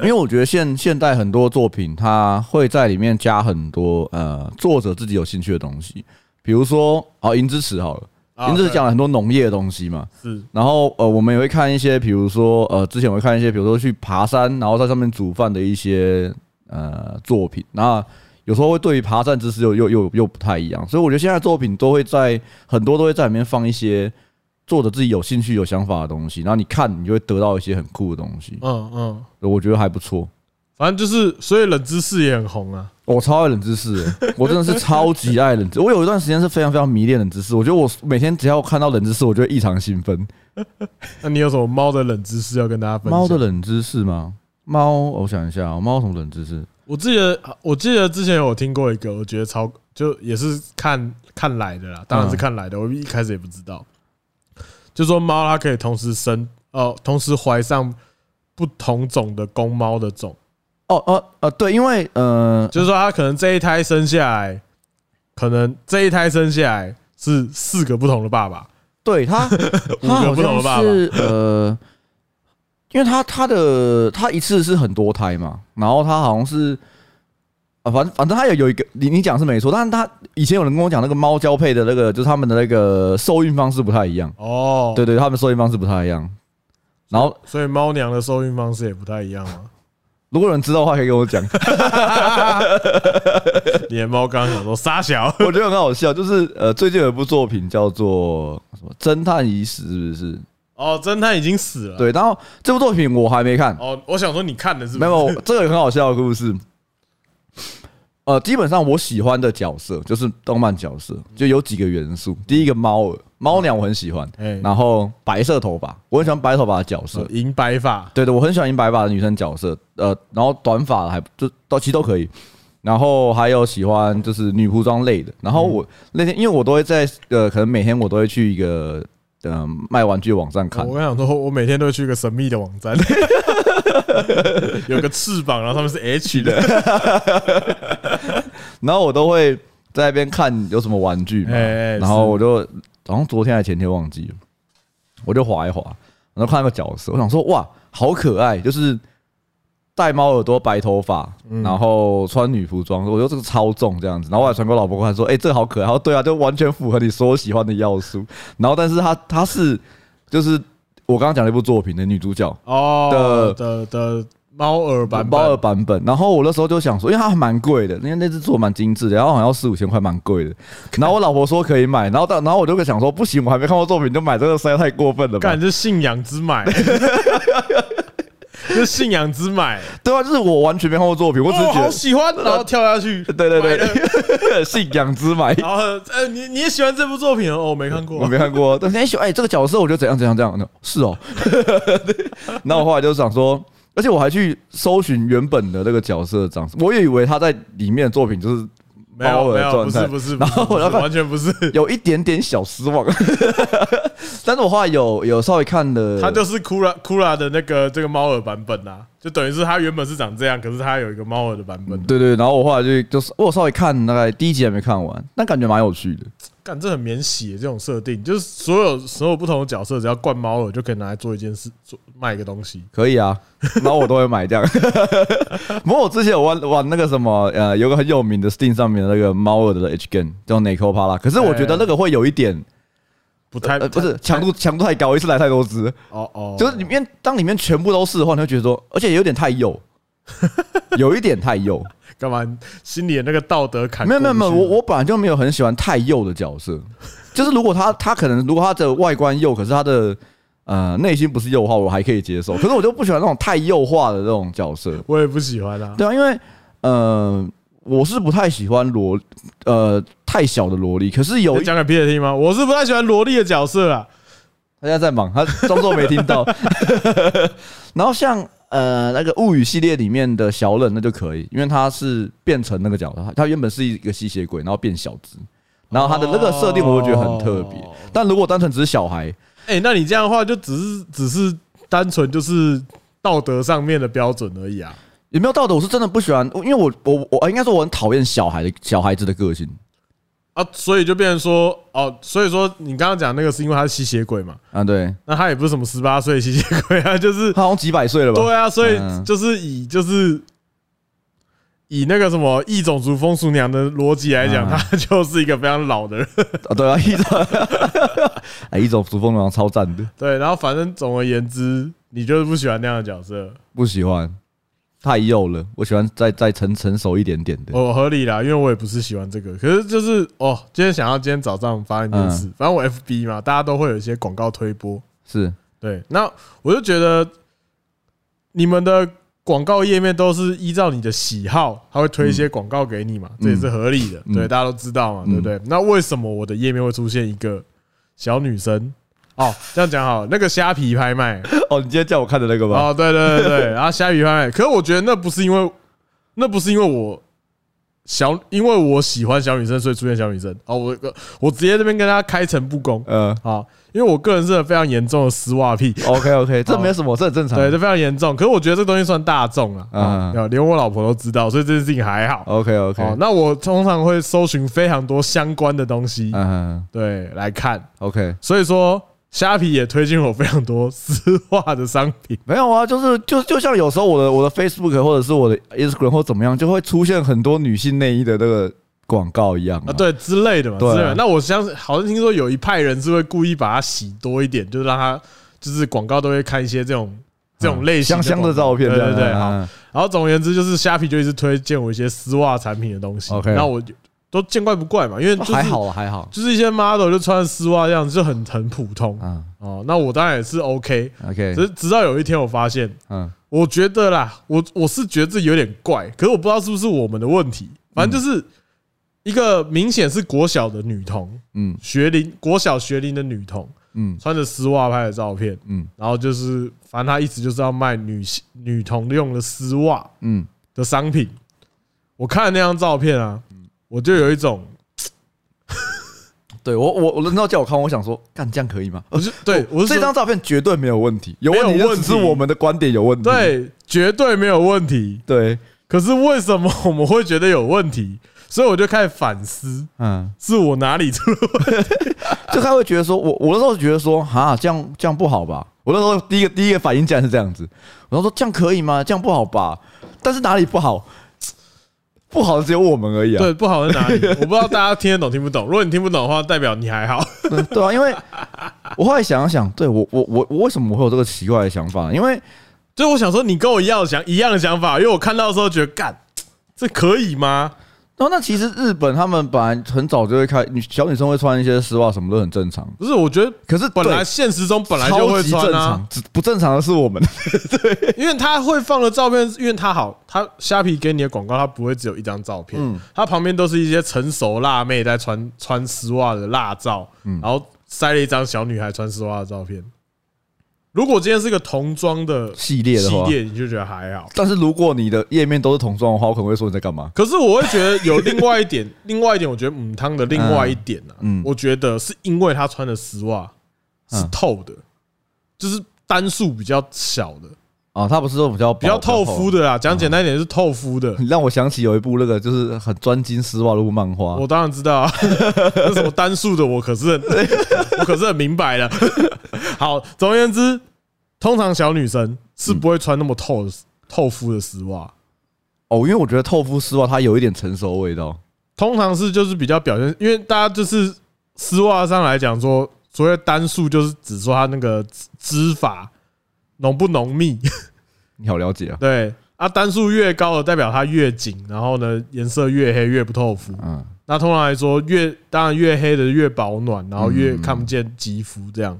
Speaker 1: 因为我觉得现 <laughs> 现代很多作品，它会在里面加很多呃作者自己有兴趣的东西，比如说哦，银之匙好了，
Speaker 2: 啊
Speaker 1: 银之匙讲了很多农业的东西嘛，
Speaker 2: 是
Speaker 1: 然后呃，我们也会看一些，比如说呃，之前我会看一些，比如说去爬山，然后在上面煮饭的一些呃作品。那有时候会对于爬山知识又又又又不太一样，所以我觉得现在的作品都会在很多都会在里面放一些作者自己有兴趣、有想法的东西，然后你看，你就会得到一些很酷的东西，
Speaker 2: 嗯嗯，
Speaker 1: 我觉得还不错。
Speaker 2: 反正就是，所以冷知识也很红啊。
Speaker 1: 我超爱冷知识、欸，我真的是超级爱冷知识。我有一段时间是非常非常迷恋冷知识，我觉得我每天只要看到冷知识，我就会异常兴奋。
Speaker 2: 那你有什么猫的冷知识要跟大家分享？
Speaker 1: 猫的，冷知识吗？猫，我想一下、哦，猫有什么冷知识？
Speaker 2: 我记得我记得之前有听过一个，我觉得超就也是看看来的啦，当然是
Speaker 1: 嗯
Speaker 2: 看来的，我一开始也不知道。就说猫它可以同时生哦、同时怀上不同种的公猫的种。
Speaker 1: 哦哦呃，对，因为呃，
Speaker 2: 就是说他可能这一胎生下来，可能这一胎生下来是四个不同的爸爸，
Speaker 1: 对 <laughs> 他他
Speaker 2: 五个
Speaker 1: 好
Speaker 2: 不同的
Speaker 1: 像
Speaker 2: 爸爸
Speaker 1: 是呃，因为他他的他一次是很多胎嘛，然后他好像是啊，反正反正他有有一个你你讲是没错，但是他以前有人跟我讲那个猫交配的那个，就是他们的那个受孕方式不太一样，
Speaker 2: 哦，
Speaker 1: 对，对，他们受孕方式不太一样。然后
Speaker 2: 所以猫娘的受孕方式也不太一样嘛。 <laughs>
Speaker 1: 如果有人知道的话，可以跟我讲，
Speaker 2: 你的猫刚刚想说傻小，
Speaker 1: <laughs> 我觉得很好笑。就是呃，最近有一部作品叫做什么《侦探遗失》，是不是？
Speaker 2: 哦，侦探已经死了，，
Speaker 1: 对，然后这部作品我还没看，
Speaker 2: 哦，我想说你看的是不
Speaker 1: 没
Speaker 2: 是？
Speaker 1: 有，这个很好笑的故事。呃，基本上我喜欢的角色就是动漫角色，就有几个元素。第一个猫儿，猫娘我很喜欢，
Speaker 2: 哎，
Speaker 1: 然后白色头发，我很喜欢白头发的角色
Speaker 2: 呃。银白发，
Speaker 1: 对的，我很喜欢银白发的女生角色，呃，然后短发的还就都其实都可以。然后还有喜欢就是女仆装类的。然后我那天因为我都会在呃，可能每天我都会去一个呃卖玩具的网站看
Speaker 2: 我，刚想说，我每天都会去一个神秘的网
Speaker 1: <laughs>
Speaker 2: 站，有个翅膀，然后上面是 H
Speaker 1: <laughs>
Speaker 2: 的，
Speaker 1: 然后我都会在那边看有什么玩具嘛，
Speaker 2: 哎哎
Speaker 1: 然后我就好像昨天还前天忘记了，我就划一划，然后看到个角色，我想说哇，好可爱，就是戴猫耳朵、白头发，
Speaker 2: 嗯
Speaker 1: 然后穿女服装，我觉得这个超重这样子。然后我还传给我老婆看，说哎、这个好可爱。然后对啊，就完全符合你所有喜欢的要素。然后但是它它是就是我刚刚讲那部作品的女主角，
Speaker 2: 哦的的猫耳版
Speaker 1: 包的
Speaker 2: 本，
Speaker 1: 版本。然后我那时候就想说，因为它还蛮贵的，因为那只做蛮精致的，然后好像要四五千块，蛮贵的。然后我老婆说可以买，然后但然后我就会想说，不行，我还没看过作品就买这个，实在太过分了吧
Speaker 2: 干？这信仰之买， <laughs> 这信仰之买，
Speaker 1: 对啊，就是我完全没看过作品，我
Speaker 2: 我
Speaker 1: 只是觉
Speaker 2: 好
Speaker 1: 得。呃
Speaker 2: 喜欢，然后跳下去，
Speaker 1: 对对
Speaker 2: 买了
Speaker 1: 对，信仰之买，
Speaker 2: 然后呃，你你也喜欢这部作品哦？哦我没看
Speaker 1: 我
Speaker 2: 过，
Speaker 1: 没看过。但是哎、喜欢哎，这个角色我觉得怎样怎样怎样，是哦。然后我后来就想说，而且我还去搜寻原本的那个角色的长什么，我也以为他在里面的作品就是
Speaker 2: 没有
Speaker 1: 猫
Speaker 2: 没
Speaker 1: 的
Speaker 2: 有，
Speaker 1: 状
Speaker 2: 不是
Speaker 1: 态
Speaker 2: 不是，不
Speaker 1: 然
Speaker 2: 是
Speaker 1: 后
Speaker 2: 不是
Speaker 1: 然后
Speaker 2: 完全不是，
Speaker 1: <laughs> 有一点点小失望， <laughs> 但是我后来有有稍微看了，
Speaker 2: <laughs> 它就是库拉库拉的那个这个猫耳版本啊，就等于是它原本是长这样，可是它有一个猫耳的版本，
Speaker 1: 对对，然后我后来就就是我有稍微看大概第一集还没看完，但感觉蛮有趣的。
Speaker 2: 干这很免洗这种设定，就是所有所有不同的角色只要灌猫耳就可以拿来做一件事，做卖一个东西。
Speaker 1: 可以啊，然后我都会买这样。 <laughs> 不过我之前有玩玩那个什么，呃，有个很有名的 Steam 上面的那个猫耳的 H game 叫 n i c o p a l a 可是我觉得那个会有一点，
Speaker 2: 不哎太
Speaker 1: 呃，不是强度强度太高，一次来太多只，
Speaker 2: 哦哦， <laughs>
Speaker 1: 就是里面当里面全部都是的话，你会觉得说，而且有点太幼，有一点太幼。
Speaker 2: 干嘛？心里的那个道德坎
Speaker 1: 没有没有没有，
Speaker 2: 过不去
Speaker 1: 我我本来就没有很喜欢太幼的角色， <laughs> 就是如果他他可能如果他的外观幼，可是他的呃内心不是幼的话，我还可以接受。可是我就不喜欢那种太幼化的那种角色。
Speaker 2: 我也不喜欢啊。
Speaker 1: 对啊，因为呃，我是不太喜欢萝呃太小的萝莉，可是有
Speaker 2: 有
Speaker 1: 一
Speaker 2: 讲给 Peter 听吗？我是不太喜欢萝莉的角色啊。
Speaker 1: 他现在在忙，他装作没听到。 <laughs> 然后像呃那个物语系列里面的小冷那就可以，因为他是变成那个角色，他他原本是一个吸血鬼，然后变小只，然后他的那个设定我会觉得很特别
Speaker 2: 哦。
Speaker 1: 但如果单纯只是小孩，
Speaker 2: 哎，那你这样的话，就只是只是单纯就是道德上面的标准而已啊。
Speaker 1: 有没有道德？我是真的不喜欢，因为我我我应该说我很讨厌小孩的小孩子的个性。
Speaker 2: 啊，所以就变成说，哦，所以说你刚刚讲那个是因为他是吸血鬼嘛？
Speaker 1: 啊，对，
Speaker 2: 那他也不是什么十八岁吸血鬼啊， <laughs> 就是
Speaker 1: 他好像几百岁了吧？
Speaker 2: 对啊，所以
Speaker 1: 嗯
Speaker 2: 就是以就是以那个什么异种族风俗娘的逻辑来讲，
Speaker 1: 嗯
Speaker 2: 他 <laughs> 就是一个非常老的人。 <laughs>
Speaker 1: 啊，对啊，一种哎，一种 <laughs> 主风狼超赞的，
Speaker 2: 对，然后反正总而言之，你就是不喜欢那样的角色，
Speaker 1: 不喜欢，太幼了，我喜欢再再成成熟一点点的。
Speaker 2: 哦，合理啦，因为我也不是喜欢这个，可是就是哦，今天想要今天早上发现一件事，反正我 FB 嘛，大家都会有一些广告推播，
Speaker 1: 是
Speaker 2: 对，那我就觉得你们的广告页面都是依照你的喜好，它会推一些广告给你嘛，这也是合理的，
Speaker 1: 嗯
Speaker 2: 对，大家都知道嘛，
Speaker 1: 嗯
Speaker 2: 对不对？那为什么我的页面会出现一个小女生？哦，这样讲好，那个虾皮拍卖，
Speaker 1: 哦，你今天叫我看的那个吗？
Speaker 2: 哦，对对
Speaker 1: <laughs>
Speaker 2: 对对，然后虾皮拍卖，可是我觉得那不是因为，那不是因为我小，因为我喜欢小女生，所以出现小女生。哦，我我直接这边跟大家开诚布公
Speaker 1: 呃
Speaker 2: 啊，因为我个人是个非常严重的丝袜癖，
Speaker 1: ，OK <laughs> OK，这没什么，这很正常。
Speaker 2: 对，这非常严重。可是我觉得这东西算大众了
Speaker 1: 嗯
Speaker 2: 啊，连我老婆都知道，所以这件事情还好。
Speaker 1: ，OK
Speaker 2: 哦
Speaker 1: OK，，
Speaker 2: 那我通常会搜寻非常多相关的东西，
Speaker 1: 嗯
Speaker 2: 对，来看。
Speaker 1: ，OK，
Speaker 2: 所以说，虾皮也推荐我非常多丝袜的商品。
Speaker 1: 没有啊，就是就就像有时候我的我的 Facebook 或者是我的 Instagram 或怎么样，就会出现很多女性内衣的那个广告一样
Speaker 2: 啊，，对之类的嘛，
Speaker 1: 嗯
Speaker 2: 之
Speaker 1: 对啊
Speaker 2: 类的。那我相信，好像听说有一派人是会故意把它洗多一点，就是让它就是广告都会看一些这种这种类型
Speaker 1: 嗯香香的
Speaker 2: 广告
Speaker 1: 照片，
Speaker 2: 对对
Speaker 1: 这
Speaker 2: 对。
Speaker 1: 样
Speaker 2: 好，
Speaker 1: 嗯
Speaker 2: 然后总而言之，就是虾皮就一直推荐我一些丝袜产品的东西，
Speaker 1: OK
Speaker 2: 那我就都见怪不怪嘛，因为就是
Speaker 1: 还，好啊还好，
Speaker 2: 就是一些 model 就穿丝袜这样子就很很普通
Speaker 1: 嗯
Speaker 2: 哦。那我当然也是 OK，
Speaker 1: ，OK，
Speaker 2: 只是直到有一天我发现，
Speaker 1: 嗯
Speaker 2: 我觉得啦，我我是觉得这有点怪，可是我不知道是不是我们的问题。反正就是一个明显是国小的女童，
Speaker 1: 嗯
Speaker 2: 学龄国小学龄的女童，
Speaker 1: 嗯
Speaker 2: 穿着丝袜拍的照片，
Speaker 1: 嗯
Speaker 2: 然后就是反正她一直就是要卖女女童用的丝袜
Speaker 1: 嗯，
Speaker 2: 的商品。我看了那张照片啊，我就有一种
Speaker 1: 对我我我轮到叫我看，我想说，干这样可以吗？
Speaker 2: 不是对我是
Speaker 1: 这张
Speaker 2: 说
Speaker 1: 照片绝对没有问题，有问
Speaker 2: 没
Speaker 1: 题
Speaker 2: 有
Speaker 1: 就
Speaker 2: 问
Speaker 1: 只
Speaker 2: 题
Speaker 1: 是我们的观点有问题。
Speaker 2: <laughs> 对绝对没有问题，
Speaker 1: 对，
Speaker 2: 可是为什么我们会觉得有问题？所以我就开始反思，
Speaker 1: 嗯，
Speaker 2: 是我哪里出了 <laughs>
Speaker 1: 就他会觉得说，我我那时候觉得说，哈，这样这样不好吧？我那时候第一个第一个反应竟然是这样子，我后说这样可以吗？这样不好吧？但是哪里不好？不好的只有我们而已啊。
Speaker 2: 对，不好在
Speaker 1: <laughs>
Speaker 2: 哪里？我不知道大家听得懂听不懂。如果你听不懂的话，代表你还好。
Speaker 1: 对 <laughs> 对啊，因为我后来想了想，对我我我我为什么会有这个奇怪的想法呢？因为
Speaker 2: 就我想说，你跟我一样的想一样的想法，因为我看到的时候觉得，干，这可以吗？
Speaker 1: 然后那其实日本他们本来很早就会开，女小女生会穿一些丝袜什么都很正常。
Speaker 2: 不是，我觉得
Speaker 1: 可是
Speaker 2: 本
Speaker 1: 对
Speaker 2: 来现实中本来就会
Speaker 1: 超级
Speaker 2: 穿
Speaker 1: 正
Speaker 2: 啊
Speaker 1: 常，，只不正常的是我们。
Speaker 2: 因为他会放的照片，因为他好，他虾皮给你的广告，他不会只有一张照片
Speaker 1: 嗯，
Speaker 2: 他旁边都是一些成熟辣妹在穿穿丝袜的辣照，然后塞了一张小女孩穿丝袜的照片。如果今天是个童装的
Speaker 1: 系列的
Speaker 2: 系
Speaker 1: 话，
Speaker 2: 列，你就觉得还好。
Speaker 1: 但是如果你的页面都是童装的话，我可能会说你在干嘛？
Speaker 2: 可是我会觉得有另外
Speaker 1: <laughs>
Speaker 2: 一点，另外一点，我觉得母汤的另外一点呢、啊，
Speaker 1: 嗯嗯
Speaker 2: 我觉得是因为他穿的丝袜是
Speaker 1: 嗯
Speaker 2: 透的，就是单数比较小的，
Speaker 1: 啊，他不是说比较薄
Speaker 2: 比较透肤
Speaker 1: 的。
Speaker 2: 的啦。讲简单一点是透肤的。
Speaker 1: 你让我想起有一部那个就是很专精丝袜的部漫画
Speaker 2: 我，当然知道、啊， <laughs> 那什么单数的，我可是很 <laughs> 我可是很明白的。 <laughs> 好，总而言之，通常小女生是不会穿那么透的透肤的丝袜，
Speaker 1: 哦，因为我觉得透肤丝袜它有一点成熟味道，
Speaker 2: 通常是就是比较表现，因为大家就是丝袜上来讲说，所谓单数就是指说它那个织织法浓不浓密，
Speaker 1: 你好了解啊。
Speaker 2: 对，啊，单数越高的代表它越紧，然后呢颜色越黑越不透肤。
Speaker 1: 嗯，
Speaker 2: 那通常来说，越当然越黑的越保暖，然后越
Speaker 1: 嗯
Speaker 2: 看不见肌肤这样。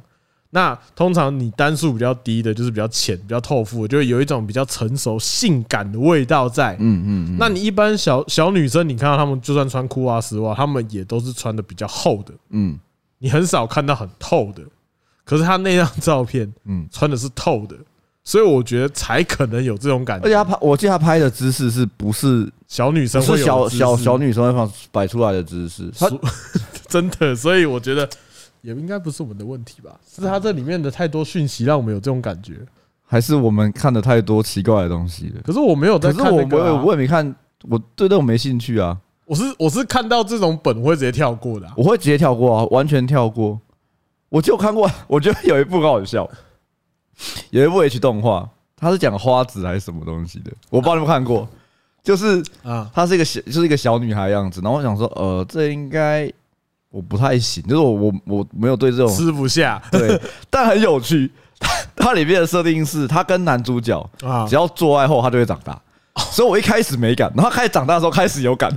Speaker 2: 那通常你单数比较低的，就是比较浅、比较透肤的，就会有一种比较成熟、性感的味道在。
Speaker 1: 嗯嗯嗯，
Speaker 2: 那你一般小小女生，你看到她们就算穿裤袜、丝袜，她们也都是穿的比较厚的，
Speaker 1: 嗯
Speaker 2: 你很少看到很透的。可是她那张照片
Speaker 1: 嗯，
Speaker 2: 穿的是透的，所以我觉得才可能有这种感
Speaker 1: 而且他
Speaker 2: 觉。
Speaker 1: 拍，我记得他拍的姿势是不是
Speaker 2: 小女
Speaker 1: 不
Speaker 2: 生会
Speaker 1: 是
Speaker 2: 有
Speaker 1: 小
Speaker 2: 姿势
Speaker 1: 小小女生会放摆出来的姿势？他
Speaker 2: 所 <laughs> 真的，所以我觉得 <laughs> 也应该不是我们的问题吧，是他这里面的太多讯息让我们有这种感觉。
Speaker 1: 还是我们看的太多奇怪的东西了？
Speaker 2: 可是我没有在
Speaker 1: 可是
Speaker 2: 看
Speaker 1: 我
Speaker 2: 那
Speaker 1: 我
Speaker 2: 个、
Speaker 1: 也
Speaker 2: 啊，
Speaker 1: 我也没看，我对这种没兴趣啊，
Speaker 2: 我是我是看到这种本我会直接跳过的啊、
Speaker 1: 我会直接跳过啊，完全跳过。我就看过， <laughs> 我觉得有一部很好笑，有一部 H 动画，它是讲花子还是什么东西的，我不知道你们看过，就是
Speaker 2: 啊，
Speaker 1: 她是一个小，就是一个小女孩的样子。然后我想说，呃，这应该我不太行，就是我我我没有对这种
Speaker 2: 吃不下
Speaker 1: <laughs> 对，但很有趣。 <laughs> 它它里面的设定是，她跟男主角 <laughs>
Speaker 2: 啊
Speaker 1: 只，要做爱后，她就会长大。所以我一开始没感，然后开始长大的时候开始有感。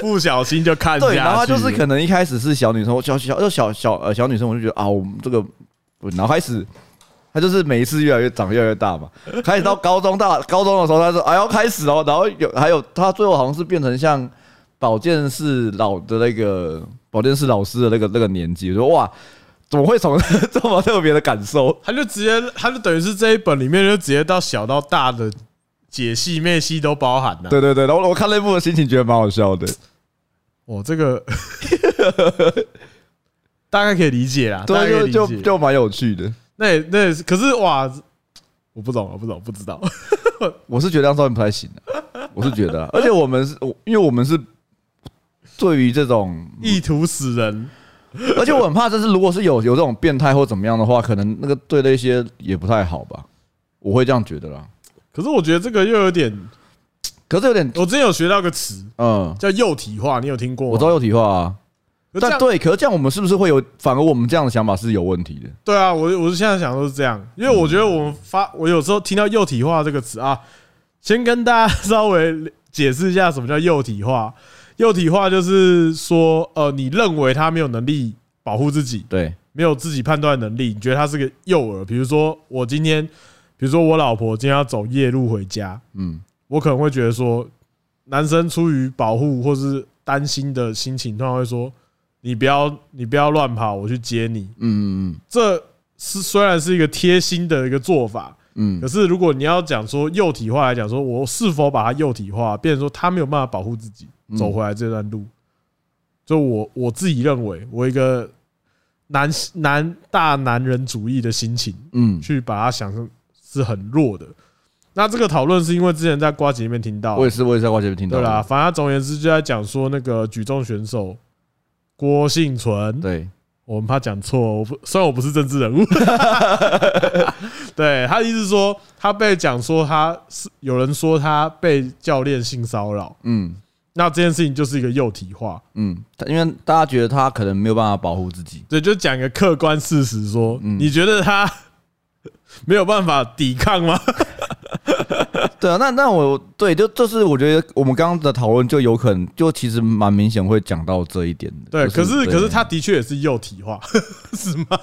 Speaker 2: 不小心就看下
Speaker 1: 对，
Speaker 2: 去。
Speaker 1: 然后她就是可能一开始是小女生，我小小就小小呃小女生，我就觉得啊，我们这个，然后开始。她就是每一次越来越长，越来越大嘛。开始到高中大高中的时候，她说：“哎呦，开始哦。”然后有还有，她最后好像是变成像保健室老的那个保健室老师的那个那个年纪，我说哇，怎么会从 <laughs> 这么特别的感受？
Speaker 2: 他就直接，他就等于是这一本里面就直接到小到大的解析、面析都包含了、
Speaker 1: 对对对，然后我看那部的心情觉得蛮好笑的。
Speaker 2: 我哦这个 <laughs> 大概可以理解啦，大概可以
Speaker 1: 对，
Speaker 2: 理
Speaker 1: 就
Speaker 2: 解
Speaker 1: 就就蛮有趣的。
Speaker 2: 那也那也是可是哇，我不懂，我不懂，不知道。
Speaker 1: 我是觉得这样稍微不太行的、我是觉得啊、 <laughs> 而且我们是，我因为我们是对于这种，
Speaker 2: 意图使人
Speaker 1: 而且我很怕，就是如果是有有这种变态或怎么样的话，可能那个对那些也不太好吧，我会这样觉得啦。
Speaker 2: 可是我觉得这个又有点，
Speaker 1: 可是有点，
Speaker 2: 我之前有学到个词
Speaker 1: 嗯，
Speaker 2: 叫幼体化，你有听过吗？
Speaker 1: 我知道有体化啊，
Speaker 2: 可这
Speaker 1: 但
Speaker 2: 样
Speaker 1: 对，可是这样我们是不是会有，反而我们这样的想法是有问题的？
Speaker 2: 对啊，我我是现在想都是这样，因为我觉得我们发，我有时候听到幼体化这个词啊，先跟大家 <laughs> 稍微解释一下什么叫幼体化。幼体化就是说，呃，你认为他没有能力保护自己，
Speaker 1: 对，
Speaker 2: 没有自己判断能力，你觉得他是个诱饵。比如说，我今天，比如说我老婆今天要走夜路回家，
Speaker 1: 嗯
Speaker 2: 我可能会觉得说，男生出于保护或是担心的心情，通常会说：“你不要，你不要乱跑，我去接你。
Speaker 1: 嗯嗯”
Speaker 2: 这是虽然是一个贴心的一个做法，
Speaker 1: 嗯
Speaker 2: 可
Speaker 1: 嗯，
Speaker 2: 是如果你要讲说幼体化来讲，说我是否把它幼体化，变成说他没有办法保护自己
Speaker 1: 嗯
Speaker 2: 走回来这段路，就我我自己认为，我一个男男大男人主义的心情，
Speaker 1: 嗯，
Speaker 2: 去把它想成是很弱的。那这个讨论是因为之前在瓜集里面听到
Speaker 1: 我，也是，我也是在话这边听到
Speaker 2: 对
Speaker 1: 的。
Speaker 2: 啦，反正总而言之就在讲说那个举重选手郭幸存，
Speaker 1: 对，
Speaker 2: 我们怕讲错，我不虽然我不是政治人物， <laughs> 对他的意思是说他被讲说他是有人说他被教练性骚扰，
Speaker 1: 嗯。
Speaker 2: 那这件事情就是一个幼体化，
Speaker 1: 嗯，他因为大家觉得他可能没有办法保护自己，
Speaker 2: 对，就讲一个客观事实说，
Speaker 1: 嗯
Speaker 2: 你觉得他 <laughs> 没有办法抵抗吗？
Speaker 1: 对啊，那那我对，就就是我觉得我们刚刚的讨论就有可能，就其实蛮明显会讲到这一点的。
Speaker 2: 对，
Speaker 1: 就
Speaker 2: 可
Speaker 1: 是
Speaker 2: 可是
Speaker 1: 对
Speaker 2: 他的确也是幼体化，是吗？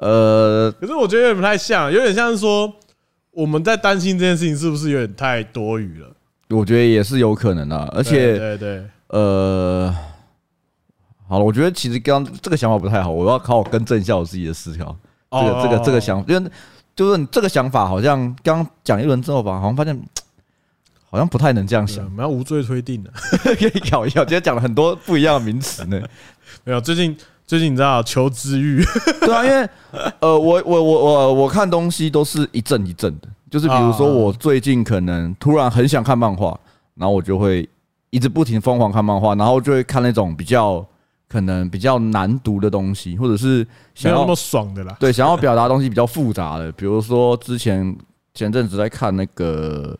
Speaker 1: 呃，
Speaker 2: 可是我觉得有点不太像，有点像是说我们在担心这件事情是不是有点太多余了？
Speaker 1: 我觉得也是有可能啊，而
Speaker 2: 而
Speaker 1: 且
Speaker 2: 对对对，
Speaker 1: 呃，好了，我觉得其实刚刚这个想法不太好，我要好好更正一下我自己的思考。这个这个
Speaker 2: 哦
Speaker 1: 这个想，因为就是你这个想法好像刚讲一轮之后吧，好像发现好像不太能这样
Speaker 2: 想，
Speaker 1: 想 <laughs>
Speaker 2: 我，们要无罪推定的。啊
Speaker 1: 可以搞一下，今天讲了很多不一样的名词呢。
Speaker 2: <laughs> 没有，最近最近你知道求知欲，
Speaker 1: <laughs> 对啊，因为呃，我我我我我看东西都是一阵一阵的，就是比如说
Speaker 2: 啊
Speaker 1: 我最近可能突然很想看漫画，然后我就会一直不停疯狂看漫画，然后就会看那种比较可能比较难读的东西，或者是
Speaker 2: 没
Speaker 1: 想
Speaker 2: 有那
Speaker 1: 要
Speaker 2: 么爽的啦。
Speaker 1: 对想要表达的东西比较复杂的，比如说之前前阵子在看那个。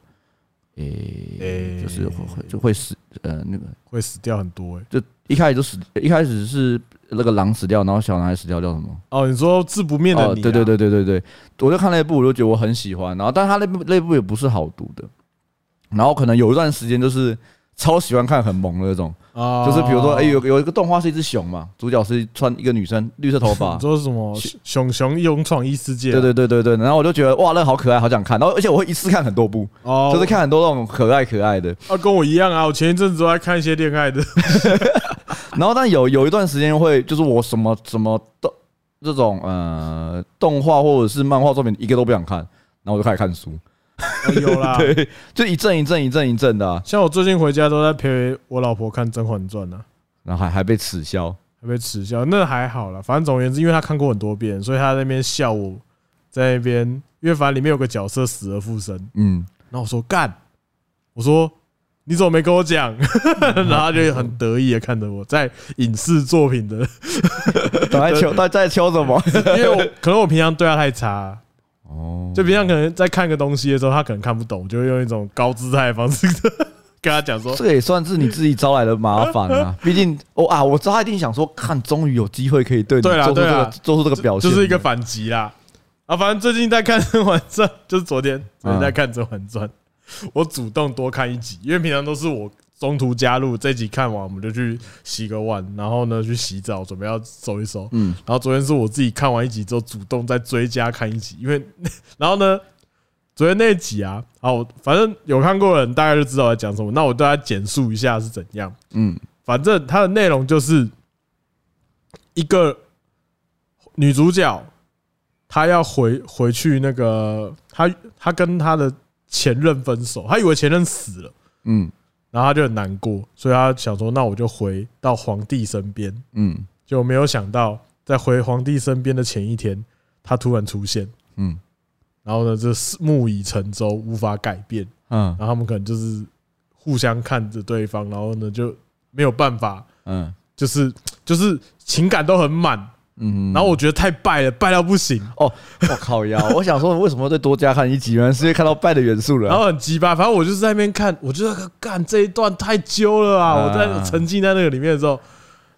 Speaker 1: 诶、
Speaker 2: 诶
Speaker 1: 就是会会就会死，呃，那个
Speaker 2: 哎会死掉很多哎、
Speaker 1: 就一开始就死，一开始是那个狼死掉，然后小男孩死掉叫什么？
Speaker 2: 哦，你说自不灭的你、啊
Speaker 1: 哦，对对，对对对对，我就看那一部，我就觉得我很喜欢。然后，但是他那部那部也不是好读的。然后可能有一段时间就是超喜欢看很萌的那种，
Speaker 2: 啊，
Speaker 1: 就是比如说，哎，有有一个动画是一只熊嘛，主角是穿一个女生绿色头发
Speaker 2: <laughs> 你，说什么熊熊勇闯异世界、啊
Speaker 1: 对对，对对对。然后我就觉得哇，那个好可爱，好想看。然后而且我会一次看很多部，
Speaker 2: 哦，
Speaker 1: 就是看很多那种可爱可爱的。
Speaker 2: 啊，跟我一样啊，我前一阵子都在看一些恋
Speaker 1: <laughs>
Speaker 2: 爱的，
Speaker 1: 然后但有有一段时间会就是我什么什么动这种呃动画或者是漫画作品一个都不想看，然后我就开始看书，
Speaker 2: 哦有啦，
Speaker 1: 对，就一阵一阵一阵一阵的啊、
Speaker 2: <laughs> 像我最近回家都在陪我老婆看《甄嬛传》啊呢，
Speaker 1: 然后还还被耻笑。
Speaker 2: 还被耻笑，那还好啦，反正总而言之，因为她看过很多遍，所以她在那边笑我，在那边，因为反正里面有个角色死而复生，
Speaker 1: 嗯，
Speaker 2: 然后我说干，我说你怎么没跟我讲？然后她就很得意的看着我在影视作品的，
Speaker 1: 在 <laughs> 敲在在敲什么？
Speaker 2: 因为我可能我平常对她太差，
Speaker 1: 哦，
Speaker 2: 就平常可能在看个东西的时候，她可能看不懂，我就会用一种高姿态的方式跟她讲说，
Speaker 1: 这个也算是你自己招来的麻烦啊。 <laughs> 毕竟，哦啊，我知道他一定想说，看，终于有机会可以对你
Speaker 2: 对啦
Speaker 1: 做出这
Speaker 2: 对
Speaker 1: 个
Speaker 2: 啦
Speaker 1: 做出这个表现，
Speaker 2: 就是一个反击啦。啊，反正最近在看《甄嬛传》，就是昨天昨
Speaker 1: 嗯
Speaker 2: 天在看《甄嬛传》，我主动多看一集，因为平常都是我中途加入，这集看完我们就去洗个碗，然后呢去洗澡，准备要收一收。
Speaker 1: 嗯，
Speaker 2: 然后昨天是我自己看完一集之后，主动再追加看一集，因为然后呢，昨天那一集啊，啊，我反正有看过的人大概就知道我在讲什么，那我对他简述一下是怎样。
Speaker 1: 嗯
Speaker 2: 反正它的内容就是一个女主角，她要回回去那个她她跟她的前任分手，她以为前任死了，
Speaker 1: 嗯
Speaker 2: 然后她就很难过，所以她想说，那我就回到皇帝身边，
Speaker 1: 嗯
Speaker 2: 就没有想到在回皇帝身边的前一天，她突然出现，
Speaker 1: 嗯
Speaker 2: 然后呢，这是木已成舟，无法改变，
Speaker 1: 嗯
Speaker 2: 然后他们可能就是互相看着对方，然后呢就没有办法。
Speaker 1: 嗯
Speaker 2: 就是就是情感都很满，
Speaker 1: 嗯，
Speaker 2: 然后我觉得太败了，败到不行，
Speaker 1: 哦，我靠呀！我想说，为什么再多加看一集？原来是因为看到败的元素了 <laughs>
Speaker 2: 然
Speaker 1: 啊。
Speaker 2: 后很鸡巴。反正我就是在那边看，我就在干这一段太揪了啊！我
Speaker 1: 啊
Speaker 2: 在沉浸在那个里面的时候，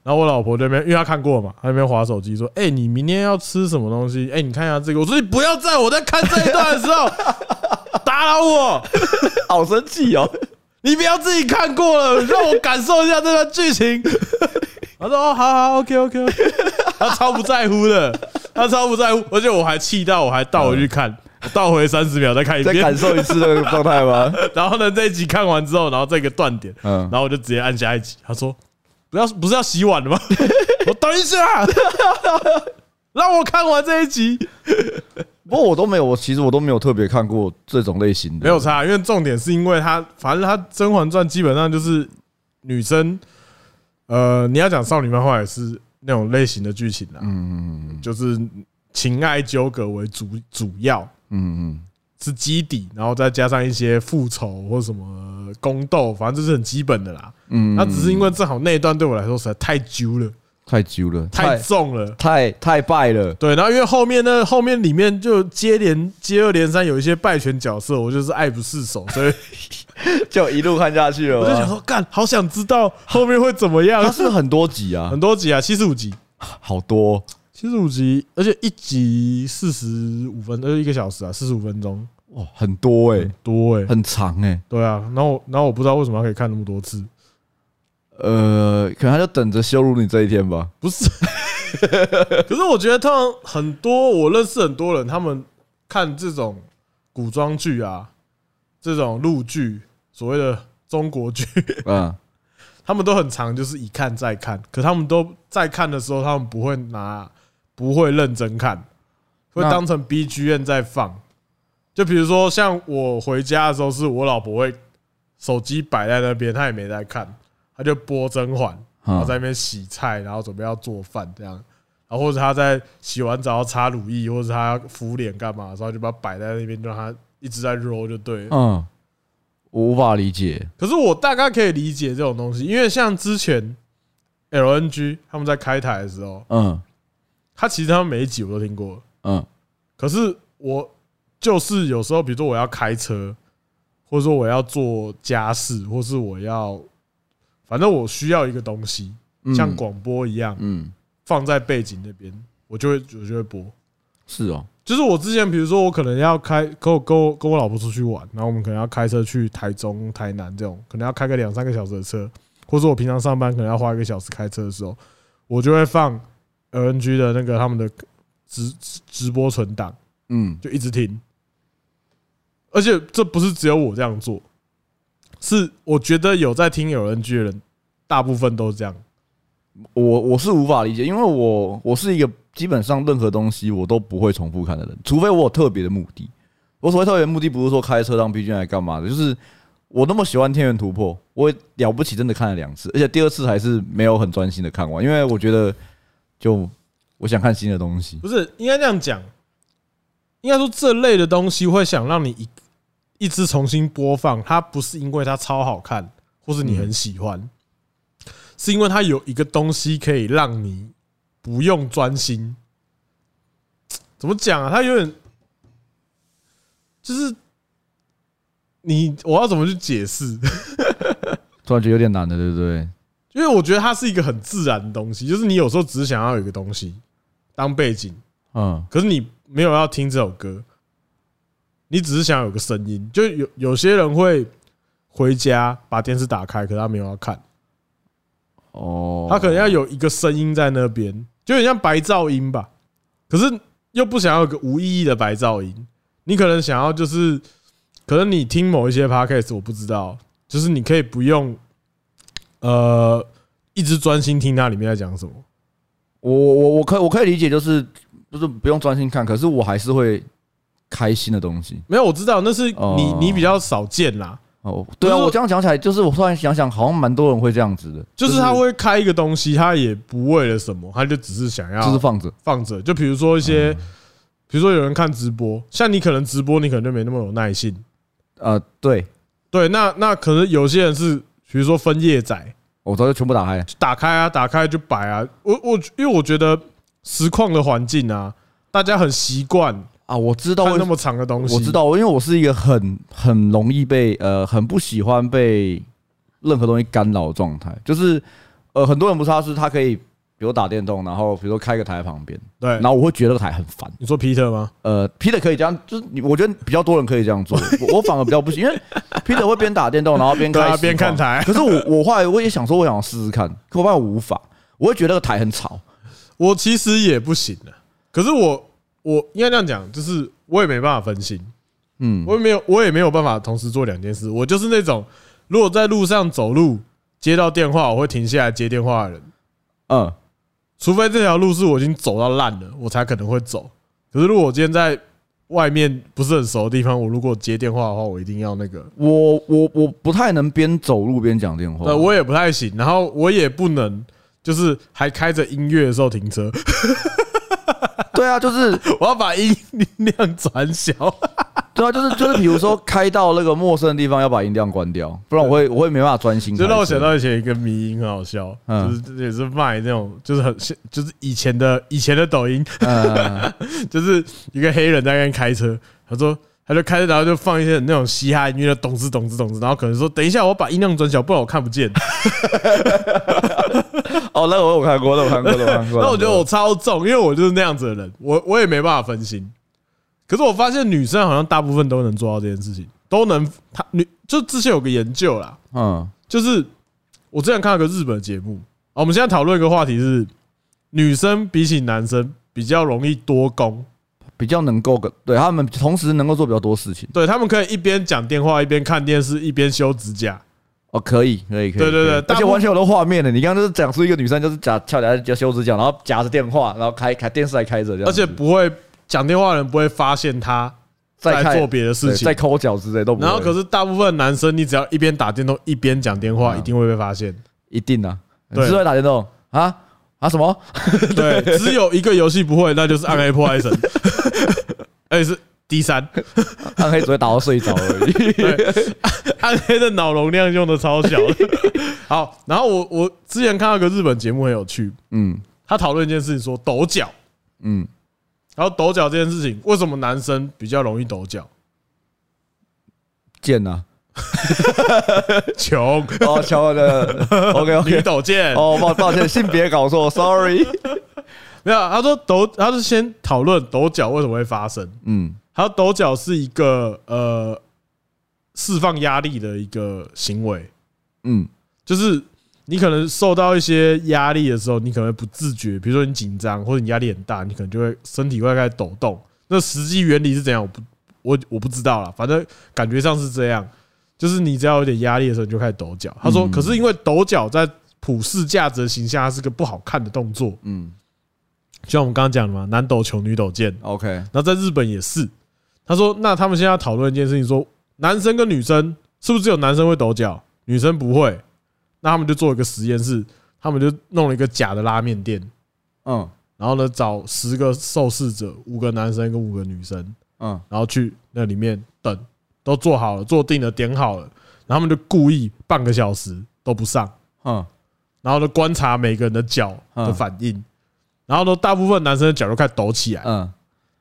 Speaker 2: 然后我老婆这边，因为她看过嘛，她在那边划手机说：“哎，你明天要吃什么东西？哎，你看一下这个。”我说：“你不要在我在看这一段的时候打扰我，
Speaker 1: 好生气哦！
Speaker 2: 你不要自己看过了，让我感受一下这段剧情。” <laughs> 她说：“哦，好好，OK OK OK。”他超不在乎的，他超不在乎，而且我还气到我还倒回去看，我倒回三十秒再看一
Speaker 1: 再
Speaker 2: 遍
Speaker 1: 感，受一次那个状态吗？
Speaker 2: 然后呢这一集看完之后，然后这个断点，
Speaker 1: <laughs> 嗯
Speaker 2: 然后我就直接按下一集。他说：“不要，不是要洗碗了吗？” <laughs> 我等一下， <laughs> 让我看完这一集。
Speaker 1: 不过我都没有，我其实我都没有特别看过这种类型的，
Speaker 2: 没有差，因为重点是因为他，反正他《甄嬛传》基本上就是女生，呃，你要讲少女漫画也是那种类型的剧情啦，
Speaker 1: 嗯，嗯
Speaker 2: 就是情爱纠葛为主主要，
Speaker 1: 嗯嗯
Speaker 2: 是基底，然后再加上一些复仇或什么宫斗，反正这是很基本的啦。
Speaker 1: 嗯，
Speaker 2: 那只是因为正好那一段对我来说实在太揪了，
Speaker 1: 太揪了，
Speaker 2: 太
Speaker 1: 太
Speaker 2: 重了。
Speaker 1: 太太败了。
Speaker 2: 对，然后因为后面呢，后面里面就接连接二连三有一些败犬角色，我就是爱不释手，所以
Speaker 1: 就一路看下去了。
Speaker 2: 我就想，说，干，好想知道后面会怎么样
Speaker 1: 它。是不是很多集啊
Speaker 2: 很，多集啊，七十五集，
Speaker 1: 好多哦
Speaker 2: 七十五集，而且一集四十五分，呃，一个小时啊，四十五分钟，
Speaker 1: 哇，很多哎、
Speaker 2: 很多哎、
Speaker 1: 很长哎、
Speaker 2: 对啊。然后，然后我不知道为什么他可以看那么多次，
Speaker 1: 呃，可能他就等着羞辱你这一天吧。<laughs>
Speaker 2: 不是，可是我觉得通常很多我认识很多人，他们看这种古装剧啊，这种陆剧，所谓的中国剧，
Speaker 1: 嗯，
Speaker 2: 他们都很常就是一看再看，可他们都在看的时候，他们不会拿，不会认真看，会
Speaker 1: 那
Speaker 2: 当成 B G M 在放。就比如说像我回家的时候，是我老婆会手机摆在那边，她也没在看，她就播《甄嬛》，然后
Speaker 1: 好
Speaker 2: 在那边洗菜，然后准备要做饭这样，然后或者他在洗完澡要擦乳液，或者他要敷脸干嘛的时候，就把它摆在那边，让他一直在 roll 就对了。
Speaker 1: 嗯，我无法理解。
Speaker 2: 可是我大概可以理解这种东西，因为像之前 LNG 他们在开台的时候，
Speaker 1: 嗯
Speaker 2: 他其实他们每一集我都听过，
Speaker 1: 嗯
Speaker 2: 可是我就是有时候，比如说我要开车，或者说我要做家事，或是我要，反正我需要一个东西，
Speaker 1: 嗯，
Speaker 2: 像广播一样。
Speaker 1: 嗯
Speaker 2: 放在背景那边，我就会我就会播。
Speaker 1: 是哦，
Speaker 2: 就是我之前，比如说我可能要开跟我跟我跟我老婆出去玩，然后我们可能要开车去台中、台南这种，可能要开个两三个小时的车，或者我平常上班可能要花一个小时开车的时候，我就会放 LNG 的那个他们的直直直播存档，
Speaker 1: 嗯，
Speaker 2: 就一直听。而且这不是只有我这样做，是我觉得有在听 LNG 的人，大部分都是这样。
Speaker 1: 我我是无法理解，因为我我是一个基本上任何东西我都不会重复看的人，除非我有特别的目的。我所谓特别的目的，不是说开车当 B G 来干嘛的，就是我那么喜欢《天元突破》，我也了不起真的看了两次，而且第二次还是没有很专心的看完，因为我觉得就我想看新的东西。
Speaker 2: 不是应该这样讲，应该说这类的东西会想让你一一直重新播放，它不是因为它超好看，或是你很喜欢，是因为它有一个东西可以让你不用专心。怎么讲啊？它有点就是你，我要怎么去解释？ <laughs>
Speaker 1: 突然觉得有点难的，对不对？
Speaker 2: 因为我觉得它是一个很自然的东西，就是你有时候只是想要有一个东西当背景，
Speaker 1: 嗯，
Speaker 2: 可是你没有要听这首歌，你只是想有个声音。就有有些人会回家把电视打开，可是他没有要看，
Speaker 1: 哦，
Speaker 2: 他可能要有一个声音在那边，就很像白噪音吧。可是又不想要有个无意义的白噪音，你可能想要就是，可能你听某一些 podcast，我不知道，就是你可以不用，呃，一直专心听它里面在讲什么。
Speaker 1: 我我我可以我可以理解，就是就是不用专心看，可是我还是会开心的东西。
Speaker 2: 没有，我知道那是你
Speaker 1: 哦
Speaker 2: 你比较少见啦。
Speaker 1: 哦，对啊，
Speaker 2: 就是
Speaker 1: 我这样讲起来，就是我突然想想，好像蛮多人会这样子的，
Speaker 2: 就是他会开一个东西，他也不为了什么，他就只是想
Speaker 1: 就是嗯
Speaker 2: 要
Speaker 1: 放着，
Speaker 2: 放着。就比如说一些，比如说有人看直播，像你可能直播，你可能就没那么有耐心。
Speaker 1: 呃，对
Speaker 2: 对，那那可能有些人是，比如说分页仔，
Speaker 1: 我早就全部打开，
Speaker 2: 就打开啊，打开就摆啊。我我因为我觉得实况的环境啊，大家很习惯
Speaker 1: 啊，我知道
Speaker 2: 看
Speaker 1: 为
Speaker 2: 那么长的东西。
Speaker 1: 我知，道，因为我是一个很很容易被呃很不喜欢被任何东西干扰的状态，就是呃很多人不是他是他可以。比如打电动，然后比如说开个台在旁边，
Speaker 2: 对
Speaker 1: 然。后我会觉得那个台很烦。
Speaker 2: 你说 Peter 吗？
Speaker 1: 呃，Peter 可以这样，就是你，我觉得比较多人可以这样做，我我反而比较不行，因为 Peter 会边打电动，然后边
Speaker 2: 对啊
Speaker 1: 开实
Speaker 2: 边看
Speaker 1: 况
Speaker 2: 台
Speaker 1: <laughs> 可是我我后来我也想说，我想要试试看，可我发现我无法，我会觉得那个台很吵。
Speaker 2: 我其实也不行啊，可是我我应该这样讲，就是我也没办法分心。
Speaker 1: 嗯，
Speaker 2: 我也没有，我也没有办法同时做两件事。我就是那种，如果在路上走路接到电话，我会停下来接电话的人，
Speaker 1: 嗯，
Speaker 2: 除非这条路是我已经走到烂了，我才可能会走。可是如果我今天在外面不是很熟的地方，我如果接电话的话，我一定要那个，
Speaker 1: 我我我不太能边走路边讲电话。
Speaker 2: 对我也不太行。然后我也不能就是还开着音乐的时候停车， <laughs>
Speaker 1: 对啊，就是
Speaker 2: 我要把音量转小。
Speaker 1: 对啊，就是就是，比如说开到那个陌生的地方，要把音量关掉，不然我会我会没办法专心。
Speaker 2: 就让我想，到以前一个迷音很好笑，
Speaker 1: 嗯
Speaker 2: 就是也是卖那种，就是很就是以前的以前的抖音，
Speaker 1: 嗯，
Speaker 2: <laughs> 就是一个黑人在那边开车，他说他就开车，然后就放一些那种嘻哈音乐，咚子咚子咚子，然后可能说等一下我把音量转小，不然我看不见。
Speaker 1: 哦，那我有看过，那我看过，那我看过。
Speaker 2: 那我觉得我超重，因为我就是那样子的人，我我也没办法分心。可是我发现女生好像大部分都能做到这件事情，都能她女就之前有个研究啦，
Speaker 1: 嗯，
Speaker 2: 就是我之前看了个日本的节目，啊我们现在讨论一个话题是女生比起男生比较容易多工，
Speaker 1: 比较能够跟对他们同时能够做比较多事情。
Speaker 2: 对他们可以一边讲电话一边看电视一边修指甲。
Speaker 1: 哦，可以，可以，可以。
Speaker 2: 对对对
Speaker 1: 可以而
Speaker 2: 大部
Speaker 1: 且
Speaker 2: 分
Speaker 1: 完全有的画面的。你刚刚就是讲出一个女生，就是夹翘起来夹修指甲，然后夹着电话，然后开开电视还开着，这样
Speaker 2: 而
Speaker 1: 子
Speaker 2: 且不会讲电话的人不会发现他
Speaker 1: 再
Speaker 2: 在
Speaker 1: 看
Speaker 2: 做别的
Speaker 1: 对
Speaker 2: 事
Speaker 1: 再
Speaker 2: 情。
Speaker 1: 抠脚之类都不会。
Speaker 2: 然后可是大部分男生，你只要一边打电动一边讲电话，
Speaker 1: 嗯
Speaker 2: 一定会被
Speaker 1: <laughs>
Speaker 2: 发现。
Speaker 1: 一定啊，你
Speaker 2: 对
Speaker 1: 是不是在打电动啊啊什么？ <laughs>
Speaker 2: 对，只有一个游戏不会，那就是《暗黑破坏神》， <laughs> 而且是 D 三，《
Speaker 1: 暗黑只会打到睡着而已。 <laughs>
Speaker 2: <laughs> 暗黑》的脑容量用的超小的。好，然后我我之前看到一个日本节目很有趣，
Speaker 1: 嗯
Speaker 2: 他讨论一件事情，说抖脚。
Speaker 1: 嗯，
Speaker 2: 然后抖脚这件事情，为什么男生比较容易
Speaker 1: <laughs>
Speaker 2: 抖脚？
Speaker 1: 贱啊呐！
Speaker 2: 穷，
Speaker 1: 哦，乔的 OK
Speaker 2: 女
Speaker 1: OK。 <laughs>
Speaker 2: 抖贱。
Speaker 1: 哦哦，抱抱歉，性别搞错，sorry。
Speaker 2: 没有，他说抖，他是先讨论抖脚为什么会发生。
Speaker 1: 嗯
Speaker 2: 他说抖脚是一个呃释放压力的一个行为，
Speaker 1: 嗯
Speaker 2: 就是你可能受到一些压力的时候，你可能不自觉，比如说你紧张或者你压力很大，你可能就会身体会开始抖动。那实际原理是怎样？我不，我我不知道啦，反正感觉上是这样，就是你只要有点压力的时候，你就开始抖脚。他说，
Speaker 1: 嗯
Speaker 2: 可是因为抖脚在普世价值的形象，它是个不好看的动作，
Speaker 1: 嗯
Speaker 2: 就像我们刚刚讲的嘛，男抖穷，女抖贱。
Speaker 1: ，OK，
Speaker 2: 然后在日本也是，他说，那他们现在要讨论一件事情，说男生跟女生是不是只有男生会抖脚，女生不会？那他们就做一个实验室，他们就弄了一个假的拉面店，
Speaker 1: 嗯
Speaker 2: 然后呢找十个受试者，五个男生跟五个女生，
Speaker 1: 嗯
Speaker 2: 然后去那里面等，都做好了，做定了，点好了，然后他们就故意半个小时都不上，
Speaker 1: 嗯
Speaker 2: 然后呢观察每个人的脚的反应，然后呢大部分男生的脚就开始抖起来，
Speaker 1: 嗯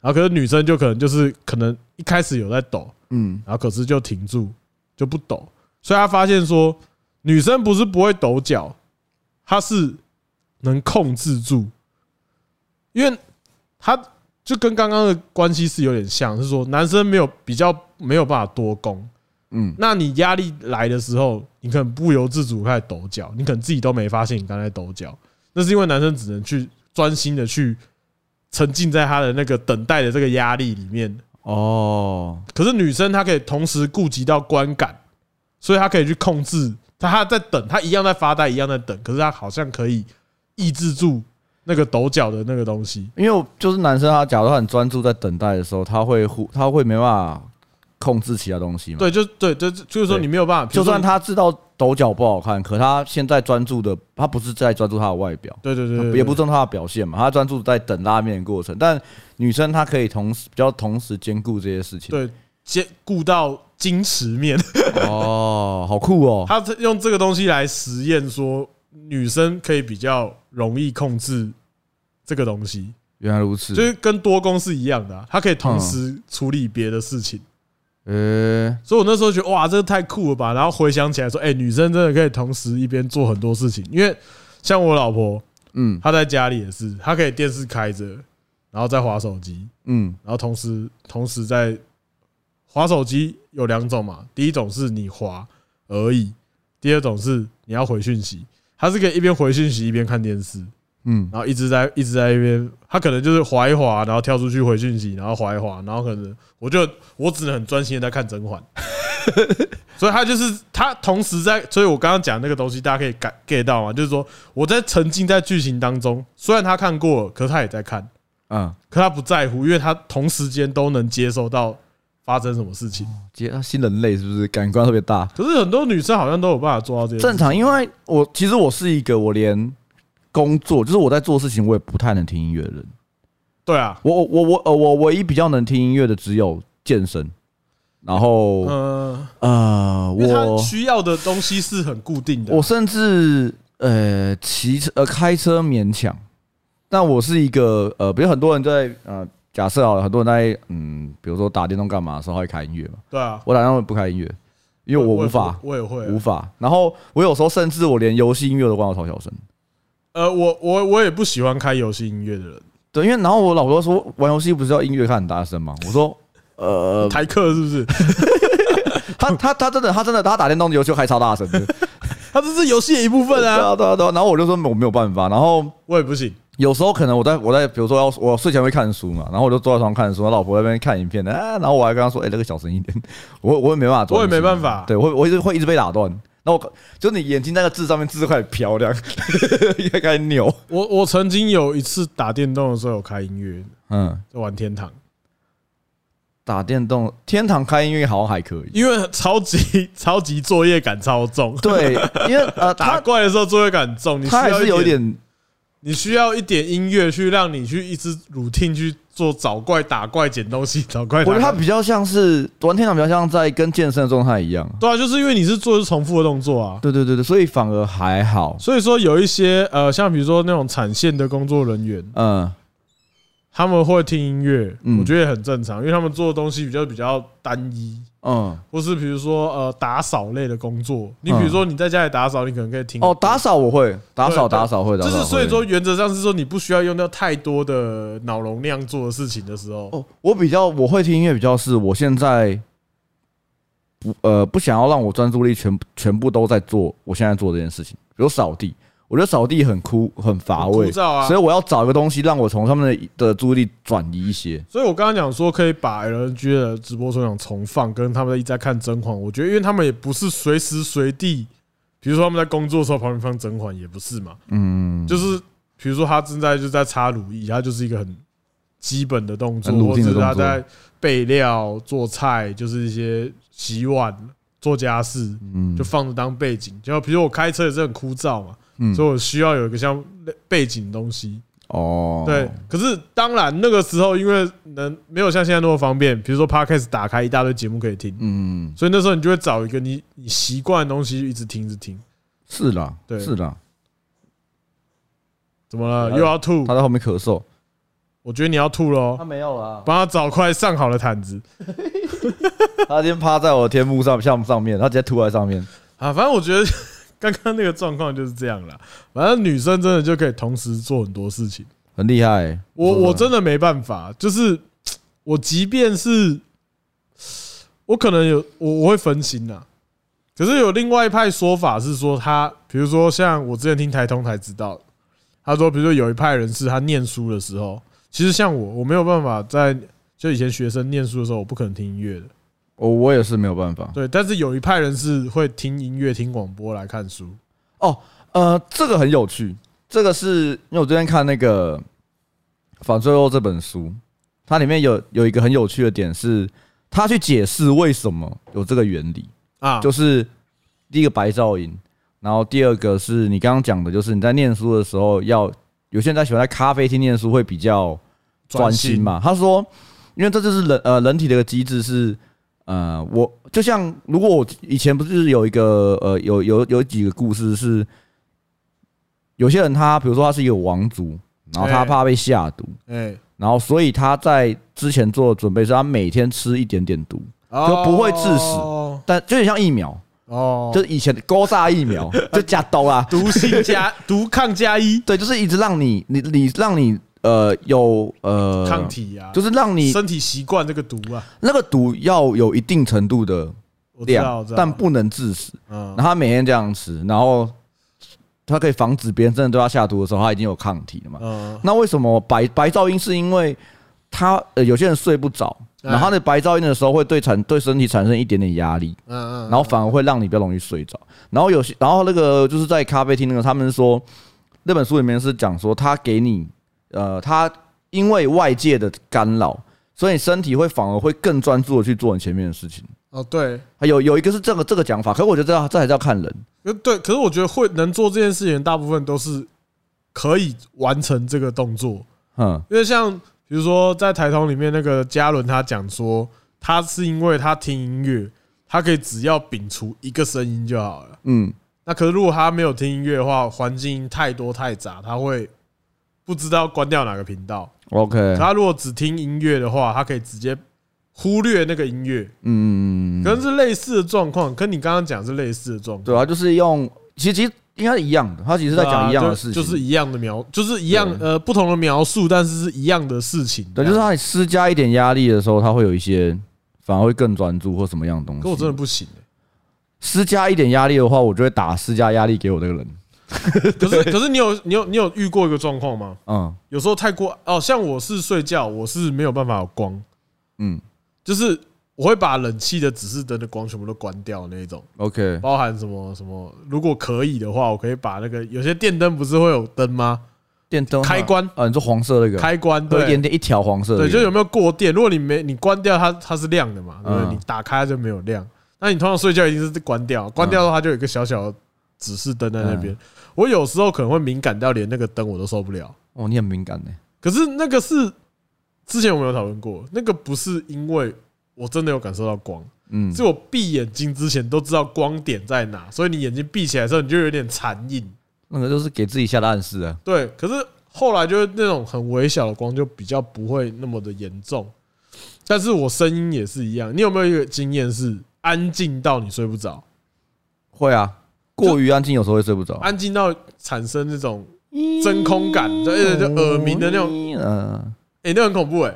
Speaker 2: 然后可是女生就可能就是可能一开始有在抖，
Speaker 1: 嗯
Speaker 2: 然后可是就停住就不抖，所以他发现说女生不是不会抖脚，她是能控制住，因为她就跟刚刚的关系是有点像，是说男生没有比较没有办法多攻，
Speaker 1: 嗯
Speaker 2: 那你压力来的时候，你可能不由自主开始抖脚，你可能自己都没发现你刚才抖脚，那是因为男生只能去专心的去沉浸在他的那个等待的这个压力里面。
Speaker 1: 哦，
Speaker 2: 可是女生她可以同时顾及到观感，所以她可以去控制她，她在等，她一样在发呆，一样在等，可是她好像可以抑制住那个抖脚的那个东西。
Speaker 1: 因为我就是男生，他假如他很专注在等待的时候，他会忽他会没办法控制其他东西嘛。，
Speaker 2: 对，就对，就就是说
Speaker 1: 对
Speaker 2: 你没有办法，
Speaker 1: 就算
Speaker 2: 她
Speaker 1: 他知道抖脚不好看，可他现在专注的，他不是在专注他的外表。
Speaker 2: 对对对对，
Speaker 1: 也不是他的表现嘛，他专注在等拉面的过程。但女生她可以同时比较同时兼顾这些事情。
Speaker 2: 对兼顾到矜持面。
Speaker 1: 哦，好酷哦！
Speaker 2: 他这用这个东西来实验，说女生可以比较容易控制这个东西，
Speaker 1: 原来如此
Speaker 2: 就。是跟多功是一样的、啊，她可以同
Speaker 1: 嗯
Speaker 2: 时处理别的事情。
Speaker 1: 呃，
Speaker 2: 所以我那时候觉得哇，这个太酷了吧！然后回想起来说，哎，女生真的可以同时一边做很多事情，因为像我老婆，
Speaker 1: 嗯
Speaker 2: 她在家里也是，她可以电视开着，然后再划手机，
Speaker 1: 嗯
Speaker 2: 然后同时同时在划手机有两种嘛，第一种是你划而已，第二种是你要回讯息。他是可以一边回讯息一边看电视，
Speaker 1: 嗯
Speaker 2: 然后一直在一直在一边，他可能就是划一划，然后跳出去回讯息，然后划一划，然后可能我就我只能很专心的在看甄嬛，所以他就是他同时在，所以我刚刚讲那个东西，大家可以感 get 到嘛，就是说我在沉浸在剧情当中，虽然他看过了，可是他也在看，
Speaker 1: 嗯，
Speaker 2: 可他不在乎，因为他同时间都能接收到发生什么事情。
Speaker 1: 接啊新人类是不是感官特别大？
Speaker 2: 可是很多女生好像都有办法做到这些。
Speaker 1: 正常，因为我其实我是一个我连工作就是我在做事情我也不太能听音乐的人。
Speaker 2: 对啊，
Speaker 1: 我我我我呃我唯一比较能听音乐的只有健身，然后
Speaker 2: 嗯，
Speaker 1: 呃
Speaker 2: 因为他
Speaker 1: 我
Speaker 2: 需要的东西是很固定的
Speaker 1: 我。甚至呃骑车呃开车勉强，但我是一个呃，比如很多人在呃假设好了，很多人在嗯，比如说打电动干嘛的时候他会开音乐嘛，
Speaker 2: 对啊，
Speaker 1: 我打电动不开音乐，因为我无法
Speaker 2: 我也会
Speaker 1: 无
Speaker 2: 啊。
Speaker 1: 法。然后我有时候甚至我连游戏音乐都关到超小声，
Speaker 2: 呃，我我我也不喜欢开游戏音乐的人，
Speaker 1: 对，因为然后我老婆说玩游戏不是要音乐开很大声吗？我说。呃，
Speaker 2: <laughs> 台客是不是？
Speaker 1: 他他他真的他真的他打电动的游戏开超大声的，
Speaker 2: 他这是游戏的一部分
Speaker 1: 对
Speaker 2: 啊，
Speaker 1: 啊对啊对啊。然后我就说我没有办法，然后
Speaker 2: 我也不行。
Speaker 1: 有时候可能我在我在比如说要我睡前会看书嘛，然后我就坐在床上看书，我老婆在那边看影片的，啊，然后我还跟她说，哎、那个小声一点， <laughs> 我我也没办法专
Speaker 2: 我
Speaker 1: 心，
Speaker 2: 也没办法
Speaker 1: 对我会我一直会一直被打断，那我就你眼睛那个字上面字都开始飘， <laughs> 这样开始扭，
Speaker 2: 我我曾经有一次打电动的时候有开音乐，
Speaker 1: 嗯，
Speaker 2: 在玩天堂，
Speaker 1: 打电动天堂开音乐好像还可
Speaker 2: <laughs>
Speaker 1: 以，
Speaker 2: 因为超级超级作业感超重。
Speaker 1: 对，因为呃
Speaker 2: 打
Speaker 1: 他
Speaker 2: 怪的时候作业感重，你需
Speaker 1: 他还
Speaker 2: 要
Speaker 1: 是有一点
Speaker 2: 你需要一点音乐去让你去一直 routine 去做找怪、打怪、捡东西、找怪。
Speaker 1: 我觉得
Speaker 2: 打
Speaker 1: 他
Speaker 2: 怪
Speaker 1: 比较像是玩天堂比较像在跟健身的状态一样，
Speaker 2: 对啊，就是因为你是做重复的动作啊，
Speaker 1: 对对对对，所以反而还好，
Speaker 2: 所以说有一些呃，像比如说那种产线的工作人员，
Speaker 1: 嗯
Speaker 2: 他们会听音乐，
Speaker 1: 嗯
Speaker 2: 我觉得也很正常，因为他们做的东西比较比较单一，
Speaker 1: 嗯，
Speaker 2: 或是比如说呃打扫类的工作，你比如说你在家里打扫，你可能可以听
Speaker 1: 哦，打扫我会，打扫
Speaker 2: 对对
Speaker 1: 打扫会，打
Speaker 2: 就
Speaker 1: 扫
Speaker 2: 是
Speaker 1: 会
Speaker 2: 所以说，原则上是说你不需要用到太多的脑容量做的事情的时候，
Speaker 1: 哦，我比较我会听音乐比较是，我现在不呃不想要让我专注力全全部都在做我现在做这件事情，比如扫地，我觉得扫地很枯很乏
Speaker 2: 很枯
Speaker 1: 味，
Speaker 2: 燥啊
Speaker 1: 所以我要找一个东西让我从他们的的注意力转移一些。
Speaker 2: 所以我刚刚讲说可以把 LNG 的直播抽奖重放，跟他们一直在看甄嬛，我觉得因为他们也不是随时随地，比如说他们在工作的时候旁边放甄嬛也不是嘛，
Speaker 1: 嗯，
Speaker 2: 就是比如说他正在就在擦乳液，他就是一个很基本的动作，
Speaker 1: 很
Speaker 2: 或
Speaker 1: routine 的
Speaker 2: 者是他
Speaker 1: 动作
Speaker 2: 在备料、做菜，就是一些洗碗、做家事，
Speaker 1: 嗯
Speaker 2: 就放着当背景。就比如我开车也是很枯燥嘛，
Speaker 1: 嗯
Speaker 2: 所以我需要有一个像背景的东西。
Speaker 1: 哦，
Speaker 2: 对，可是当然那个时候因为能没有像现在那么方便，比如说 podcast 打开一大堆节目可以听，
Speaker 1: 嗯，
Speaker 2: 所以那时候你就会找一个你你习惯的东西一直听一直听。
Speaker 1: 是啦，
Speaker 2: 对
Speaker 1: 是啦，
Speaker 2: 怎么了？又要吐
Speaker 1: 他？在后面咳嗽，
Speaker 2: 我觉得你要吐了哦，
Speaker 1: 没有了，
Speaker 2: 帮他找块上好的毯子
Speaker 1: 他今天趴在我的天幕上项目上面，他直接吐在上面。
Speaker 2: 啊。反正我觉得 <laughs> 刚刚那个状况就是这样啦。反正女生真的就可以同时做很多事情。
Speaker 1: 很厉害欸、
Speaker 2: 我
Speaker 1: 说
Speaker 2: 我真的没办法，就是我即便是我可能有我我会分心呐、可是有另外一派说法是说他，比如说像我之前听台通才知道，他说比如说有一派人是他念书的时候，其实像我我没有办法在就以前学生念书的时候，我不可能听音乐的，
Speaker 1: 我哦我也是没有办法。
Speaker 2: 对，但是有一派人是会听音乐、听广播来看书，
Speaker 1: 呃，这个很有趣，这个是因为我昨天看那个《反脆弱》这本书，它里面有有一个很有趣的点是，他去解释为什么有这个原理，
Speaker 2: 啊，
Speaker 1: 就是第一个白噪音，然后第二个是你刚刚讲的，就是你在念书的时候要有些人在喜欢在咖啡厅念书会比较专心，嘛。他说，因为这就是人呃人体的一个机制是，呃，我就像如果我以前不是有一个呃有有有几个故事是，有些人他比如说他是一个王族，然后他
Speaker 2: 哎
Speaker 1: 怕被下毒，
Speaker 2: 哎，
Speaker 1: 然后所以他在之前做的准备是他每天吃一点点毒，就不会致死
Speaker 2: 哦
Speaker 1: 但就有点像疫苗，
Speaker 2: 哦，
Speaker 1: 就是以前的勾炸疫
Speaker 2: <laughs>
Speaker 1: 苗就假刀啦，
Speaker 2: 毒性加 <laughs> 毒抗加一
Speaker 1: 对，就是一直让你你你让你呃有呃
Speaker 2: 抗，体啊，
Speaker 1: 就是让你
Speaker 2: 身体习惯这个毒啊，
Speaker 1: 那个毒要有一定程度的
Speaker 2: 我知道，我
Speaker 1: 量
Speaker 2: 知道，
Speaker 1: 但不能致死。
Speaker 2: 嗯
Speaker 1: 然后他每天这样吃，然后他可以防止别人真的对他下毒的时候，他已经有抗体了嘛？
Speaker 2: 嗯
Speaker 1: 那为什么白白噪音是因为他呃有些人睡不着，
Speaker 2: 哎
Speaker 1: 然后他的白噪音的时候会对产对身体产生一点点压力，
Speaker 2: 嗯嗯，
Speaker 1: 然后反而会让你比较容易睡着。然后有些然后那个就是在咖啡厅那个，他们说那本书里面是讲说他给你呃他因为外界的干扰，所以身体会反而会更专注的去做你前面的事情。
Speaker 2: 哦对，
Speaker 1: 还有有一个是这个这个讲法，可是我觉得这这还是要看人。
Speaker 2: 可对，可是我觉得会能做这件事情，的大部分都是可以完成这个动作，
Speaker 1: 嗯
Speaker 2: 因为像比如说在台通里面那个嘉伦，他讲说他是因为他听音乐，他可以只要摒除一个声音就好了。
Speaker 1: 嗯，
Speaker 2: 那可是如果他没有听音乐的话，环境太多太杂，他会不知道关掉哪个频道。
Speaker 1: ，OK，
Speaker 2: 可他如果只听音乐的话，他可以直接忽略那个音乐，
Speaker 1: 嗯，
Speaker 2: 可能是类似的状况，跟你刚刚讲是类似的状
Speaker 1: 对
Speaker 2: 况。
Speaker 1: 啊，就是用其实其实应该是一样的，他其实在讲一样的事情，
Speaker 2: 啊就就是一样的描，就是一样
Speaker 1: 对
Speaker 2: 呃不同的描述，但是是一样的事情。啊
Speaker 1: 对，就是他施加一点压力的时候，他会有一些反而会更专注或什么样的东西。
Speaker 2: 可我真的不行、
Speaker 1: 施加一点压力的话，我就会打施加压力给我这个人。
Speaker 2: 欸。可是可是你有你有你有遇过一个状况吗？
Speaker 1: 嗯
Speaker 2: 有时候太过哦，像我是睡觉，我是没有办法有光，
Speaker 1: 嗯
Speaker 2: 就是我会把冷气的指示灯的光全部都关掉那一种。
Speaker 1: ，OK，
Speaker 2: 包含什么什么？如果可以的话，我可以把那个有些电灯不是会有灯吗？
Speaker 1: 电灯
Speaker 2: 开关
Speaker 1: 啊，你说黄色那个，
Speaker 2: 开关
Speaker 1: 有
Speaker 2: 对
Speaker 1: 一点点一条黄色的那
Speaker 2: 对，
Speaker 1: 个，
Speaker 2: 就有没有过电？如果你没你关掉它，它是亮的嘛，对不对？
Speaker 1: 嗯
Speaker 2: 你打开它就没有亮。那你通常睡觉一定是关掉，关掉的话它就有一个小小的指示灯在那
Speaker 1: 嗯
Speaker 2: 边。我有时候可能会敏感到连那个灯我都受不了。
Speaker 1: 哦，你很敏感呢。
Speaker 2: 可是那个是之前我们有讨论过，那个不是因为我真的有感受到光，
Speaker 1: 嗯
Speaker 2: 是我闭眼睛之前都知道光点在哪，所以你眼睛闭起来的时候你就有点残影。
Speaker 1: 那个就是给自己下的暗示啊。
Speaker 2: 对，可是后来就是那种很微小的光就比较不会那么的严重。但是我声音也是一样，你有没有一个经验是安静到你睡不着，
Speaker 1: 会啊，过于安静有时候会睡不着，
Speaker 2: 安静到产生那种真空感，就而且就耳鸣的那种，
Speaker 1: 种，嗯，
Speaker 2: 哎，那很恐怖哎、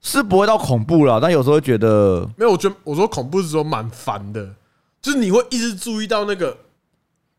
Speaker 1: 是不会到恐怖啦，但有时候会觉得
Speaker 2: 没有，我觉得我说恐怖是说蛮烦的，就是你会一直注意到那个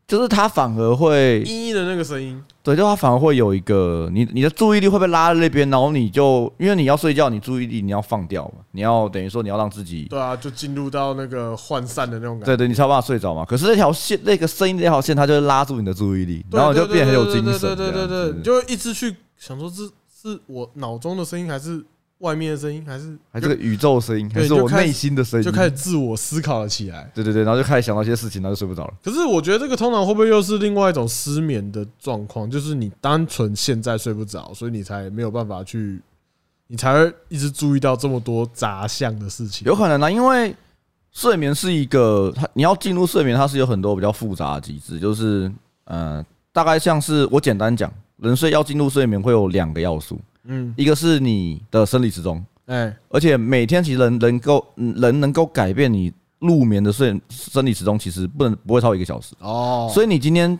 Speaker 1: 就是它反而会，
Speaker 2: 嘤嘤的那个声音，
Speaker 1: 对，就它反而会有一个你你的注意力会被拉在那边，然后你就因为你要睡觉，你注意力你要放掉嘛，你要等于说你要让自己。
Speaker 2: 对啊，就进入到那个涣散的那种感觉。
Speaker 1: 对对，你才有办法睡着嘛。可是那条线，那个声音那条线，它就会拉住你的注意力，
Speaker 2: 对
Speaker 1: 然后你就变得很有精神这
Speaker 2: 对
Speaker 1: 样子。
Speaker 2: 对对对对，你就会一直去想说是是我脑中的声音，还是外面的声音，还是
Speaker 1: 还是个宇宙声音，还
Speaker 2: 对
Speaker 1: 是我内心的声音？
Speaker 2: 就开始自我思考了起来。
Speaker 1: 对对对，然后就开始想到一些事情，然后就睡不着了。
Speaker 2: 可是我觉得这个通常会不会又是另外一种失眠的状况？就是你单纯现在睡不着，所以你才没有办法去，你才会一直注意到这么多杂项的事情。
Speaker 1: 有可能啊，因为睡眠是一个，它你要进入睡眠，它是有很多比较复杂的机制，就是呃，大概像是我简单讲，人睡要进入睡眠会有两个要素，
Speaker 2: 嗯，
Speaker 1: 一个是你的生理时钟，
Speaker 2: 哎，
Speaker 1: 而且每天其实人能够嗯人能够改变你入眠的睡生理时钟，其实不能不会超过一个小时。
Speaker 2: 哦，
Speaker 1: 所以你今天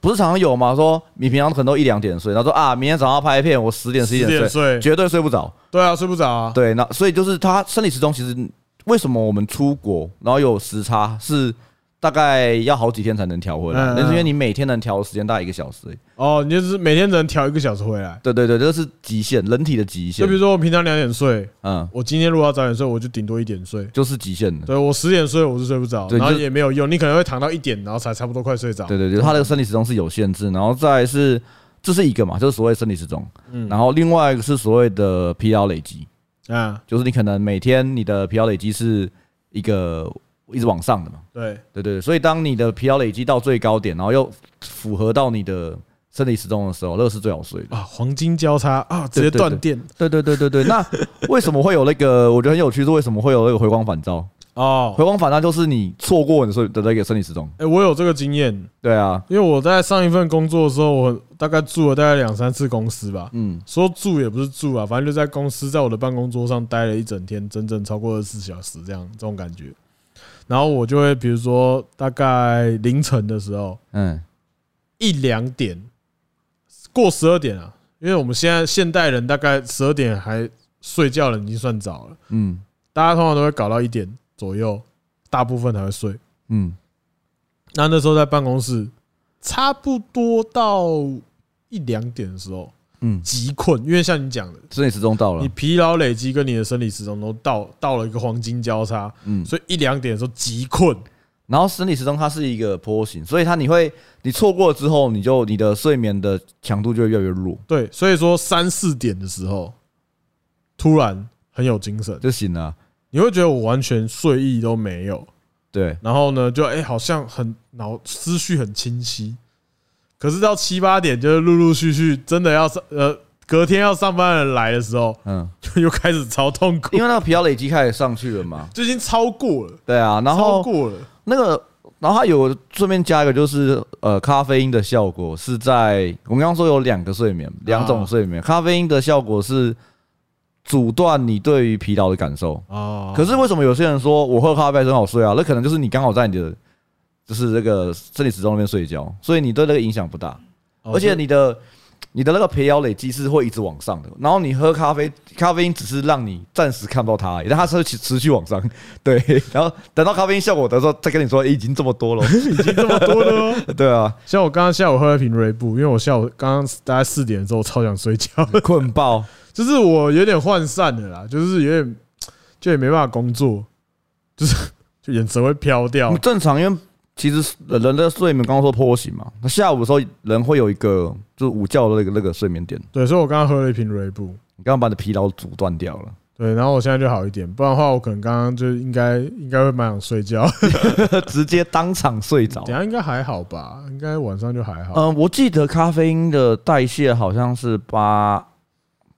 Speaker 1: 不是常常有吗？说你平常可能都一两点睡，然后说啊，明天早上要拍片，我十点十一
Speaker 2: 十
Speaker 1: 点
Speaker 2: 点
Speaker 1: 睡，
Speaker 2: 睡，
Speaker 1: 绝对睡不着。
Speaker 2: 对啊，睡不着啊，
Speaker 1: 对，那所以就是他生理时钟其实为什么我们出国然后有时差是大概要好几天才能调回来，
Speaker 2: 嗯嗯
Speaker 1: 那是因为你每天能调的时间大概一个小时而已。
Speaker 2: 哦，你就是每天只能调一个小时回来。
Speaker 1: 对对对，这是极限，人体的极
Speaker 2: 就
Speaker 1: 限
Speaker 2: 比。如说我平常两点睡，
Speaker 1: 嗯，
Speaker 2: 我今天如果要早点睡，我就顶多一点睡。
Speaker 1: 就是极限的。
Speaker 2: 对我十点睡我是睡不着，
Speaker 1: 对
Speaker 2: 然后
Speaker 1: 就
Speaker 2: 也没有用，你可能会躺到一点，然后才差不多快睡着。
Speaker 1: 对对对，他的生理时钟是有限制，然后再来是这是一个嘛，就是所谓生理时钟。
Speaker 2: 嗯
Speaker 1: 然后另外一个是所谓的疲劳累积，
Speaker 2: 啊，
Speaker 1: 就是你可能每天你的疲劳累积是一个一直往上的嘛。
Speaker 2: 对，
Speaker 1: 对对，对所以当你的疲劳累积到最高点，然后又符合到你的生理时钟的时候，那个是最好睡的。
Speaker 2: 啊，黄金交叉啊，直接
Speaker 1: 对对
Speaker 2: 断电
Speaker 1: 对对对对对，那为什么会有那个？我觉得很有趣，是为什么会有那个回光返照？
Speaker 2: 哦。
Speaker 1: 回光返照就是你错过你睡的那个生理时钟。
Speaker 2: 哎，我有这个经验，
Speaker 1: 对啊，
Speaker 2: 因为我在上一份工作的时候，我大概住了大概两三次公司吧。
Speaker 1: 嗯，
Speaker 2: 说住也不是住啊，反正就在公司，在我的办公桌上待了一整天，整整超过二十四小时这样这种感觉。然后我就会比如说大概凌晨的时候
Speaker 1: 嗯，
Speaker 2: 一两点，过十二点啊，因为我们现在现代人大概十二点还睡觉了，已经算早了。
Speaker 1: 嗯，
Speaker 2: 大家通常都会搞到一点左右，大部分才会睡。
Speaker 1: 嗯，
Speaker 2: 那那时候在办公室，差不多到一两点的时候
Speaker 1: 嗯，
Speaker 2: 极困，因为像你讲的，
Speaker 1: 生理时钟到了
Speaker 2: 你，疲劳累积跟你的生理时钟都到到了一个黄金交叉，
Speaker 1: 嗯，
Speaker 2: 所以一两点的时候极困。
Speaker 1: 然后生理时钟它是一个波形，所以它你会你错过之后，你就你的睡眠的强度就会越来越弱
Speaker 2: 对，所以说三四点的时候，突然很有精神，
Speaker 1: 就行了。
Speaker 2: 你会觉得我完全睡意都没有，
Speaker 1: 对，
Speaker 2: 然后呢，就哎、好像很脑思绪很清晰，可是到七八点就是陆陆续续真的要上呃隔天要上班的人来的时候， <laughs>
Speaker 1: 嗯，
Speaker 2: 就又开始超痛苦
Speaker 1: 因，为那个疲劳累积开始上去了嘛。
Speaker 2: 就已经超过了，
Speaker 1: 对啊，然后
Speaker 2: 超过了，
Speaker 1: 那个，然后它有顺便加一个，就是呃，咖啡因的效果是在我们刚刚说有两个睡眠，两种睡眠，咖啡因的效果是阻断你对于疲劳的感受。
Speaker 2: 哦，
Speaker 1: 可是为什么有些人说我喝咖啡很好睡啊？那可能就是你刚好在你的就是那个生理时钟那边睡觉，所以你对那个影响不大，
Speaker 2: 哦
Speaker 1: 而且你的。你的那个疲劳累积是会一直往上的，然后你喝咖啡，咖啡因只是让你暂时看不到它而已，但它是会持持续往上， <laughs> 对。然后等到咖啡因效果的时候，再跟你说、诶哎已经这么多了， <laughs>
Speaker 2: 已经这么多了 <laughs> 哦。
Speaker 1: 对啊，
Speaker 2: 像我刚刚下午喝了一瓶瑞布，因为我下午刚刚大概四点的时候，我超想睡觉， <laughs>
Speaker 1: 困爆，
Speaker 2: 就是我有点涣散了啦，就是有点就也没办法工作，就是就眼神会飘掉
Speaker 1: 很，正常，因为其实人的睡眠刚刚说波形嘛，那下午的时候人会有一个就是午觉的那个那个睡眠点，
Speaker 2: 对，所以我刚刚喝了一瓶瑞布。
Speaker 1: 你刚刚把你的疲劳阻断掉了，
Speaker 2: 对，然后我现在就好一点，不然的话，我可能刚刚就应该应该会蛮想睡觉。
Speaker 1: 直接当场睡着
Speaker 2: <laughs>
Speaker 1: 呃
Speaker 2: 等。一下应该还好吧，应该晚上就还好。
Speaker 1: 嗯，我记得咖啡因的代谢好像是八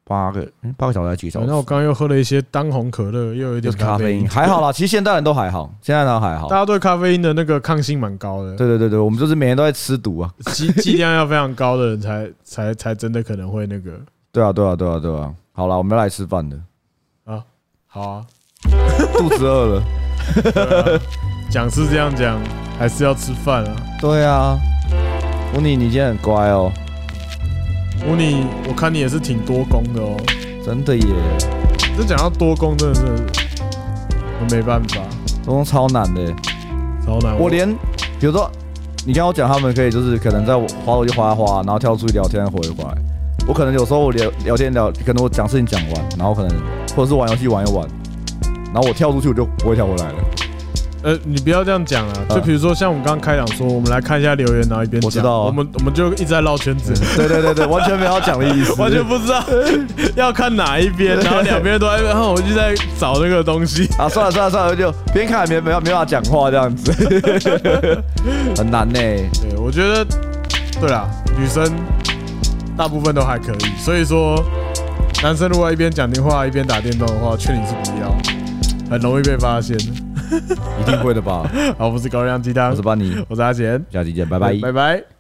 Speaker 1: 八个诶八个小时还是几个小时？
Speaker 2: 那我刚刚又喝了一些当红可乐，又有一
Speaker 1: 就
Speaker 2: 点
Speaker 1: 是咖啡因，
Speaker 2: 因，
Speaker 1: 还好啦。其实现代人都还好，现代人都还好
Speaker 2: 大。家对咖啡因的那个抗性蛮高的，
Speaker 1: 对对对对，我们就是每天都在吃毒啊。
Speaker 2: 剂剂量要非常高的人才才才真的可能会那个。
Speaker 1: 对啊对啊对啊对啊。好啦，我们要来吃饭 <laughs> 的，
Speaker 2: 好啊，
Speaker 1: 肚子饿了。
Speaker 2: 对啊讲是这样讲，还是要吃饭啊。
Speaker 1: 对啊，乌尼，你今天很乖哦，
Speaker 2: 乌尼，我看你也是挺多功的哦。
Speaker 1: 真的耶，
Speaker 2: 这讲到多功，真的是我没办法，
Speaker 1: 东东超难的耶。
Speaker 2: 超难。
Speaker 1: 我连比如说，你刚刚讲他们可以就是可能在我滑手机滑一滑，然后跳出去聊天回回来。我可能有时候我聊聊天聊，可能我讲事情讲完，然后可能或者是玩游戏玩一玩，然后我跳出去我就不会跳回 <laughs> 来了。
Speaker 2: 呃，你不要这样讲啊。
Speaker 1: 嗯
Speaker 2: 就比如说像我们刚刚开场说，我们来看一下留言，然后一边
Speaker 1: 我知
Speaker 2: 讲，
Speaker 1: 道啊
Speaker 2: 我们我们就一直在绕圈子，
Speaker 1: <laughs> 对对对对， <laughs> 完全没有要讲的意思，
Speaker 2: 完全不知道要看哪一边，然后两边都在，然后我就在找那个东
Speaker 1: <laughs>
Speaker 2: 西。
Speaker 1: 啊，算了算了算了，就边看边没有没有办法讲话这样子， <laughs> 很难呢、
Speaker 2: 对，我觉得，对啦，女生大部分都还可以，所以说，男生如果一边讲电话一边打电动的话，劝你是不要，很容易被发现。
Speaker 1: 一定会的吧？
Speaker 2: 好，我是高亮鸡
Speaker 1: 我
Speaker 2: 汤
Speaker 1: 是，班尼，
Speaker 2: 我是阿贤，
Speaker 1: 下期见，拜拜。
Speaker 2: 拜拜。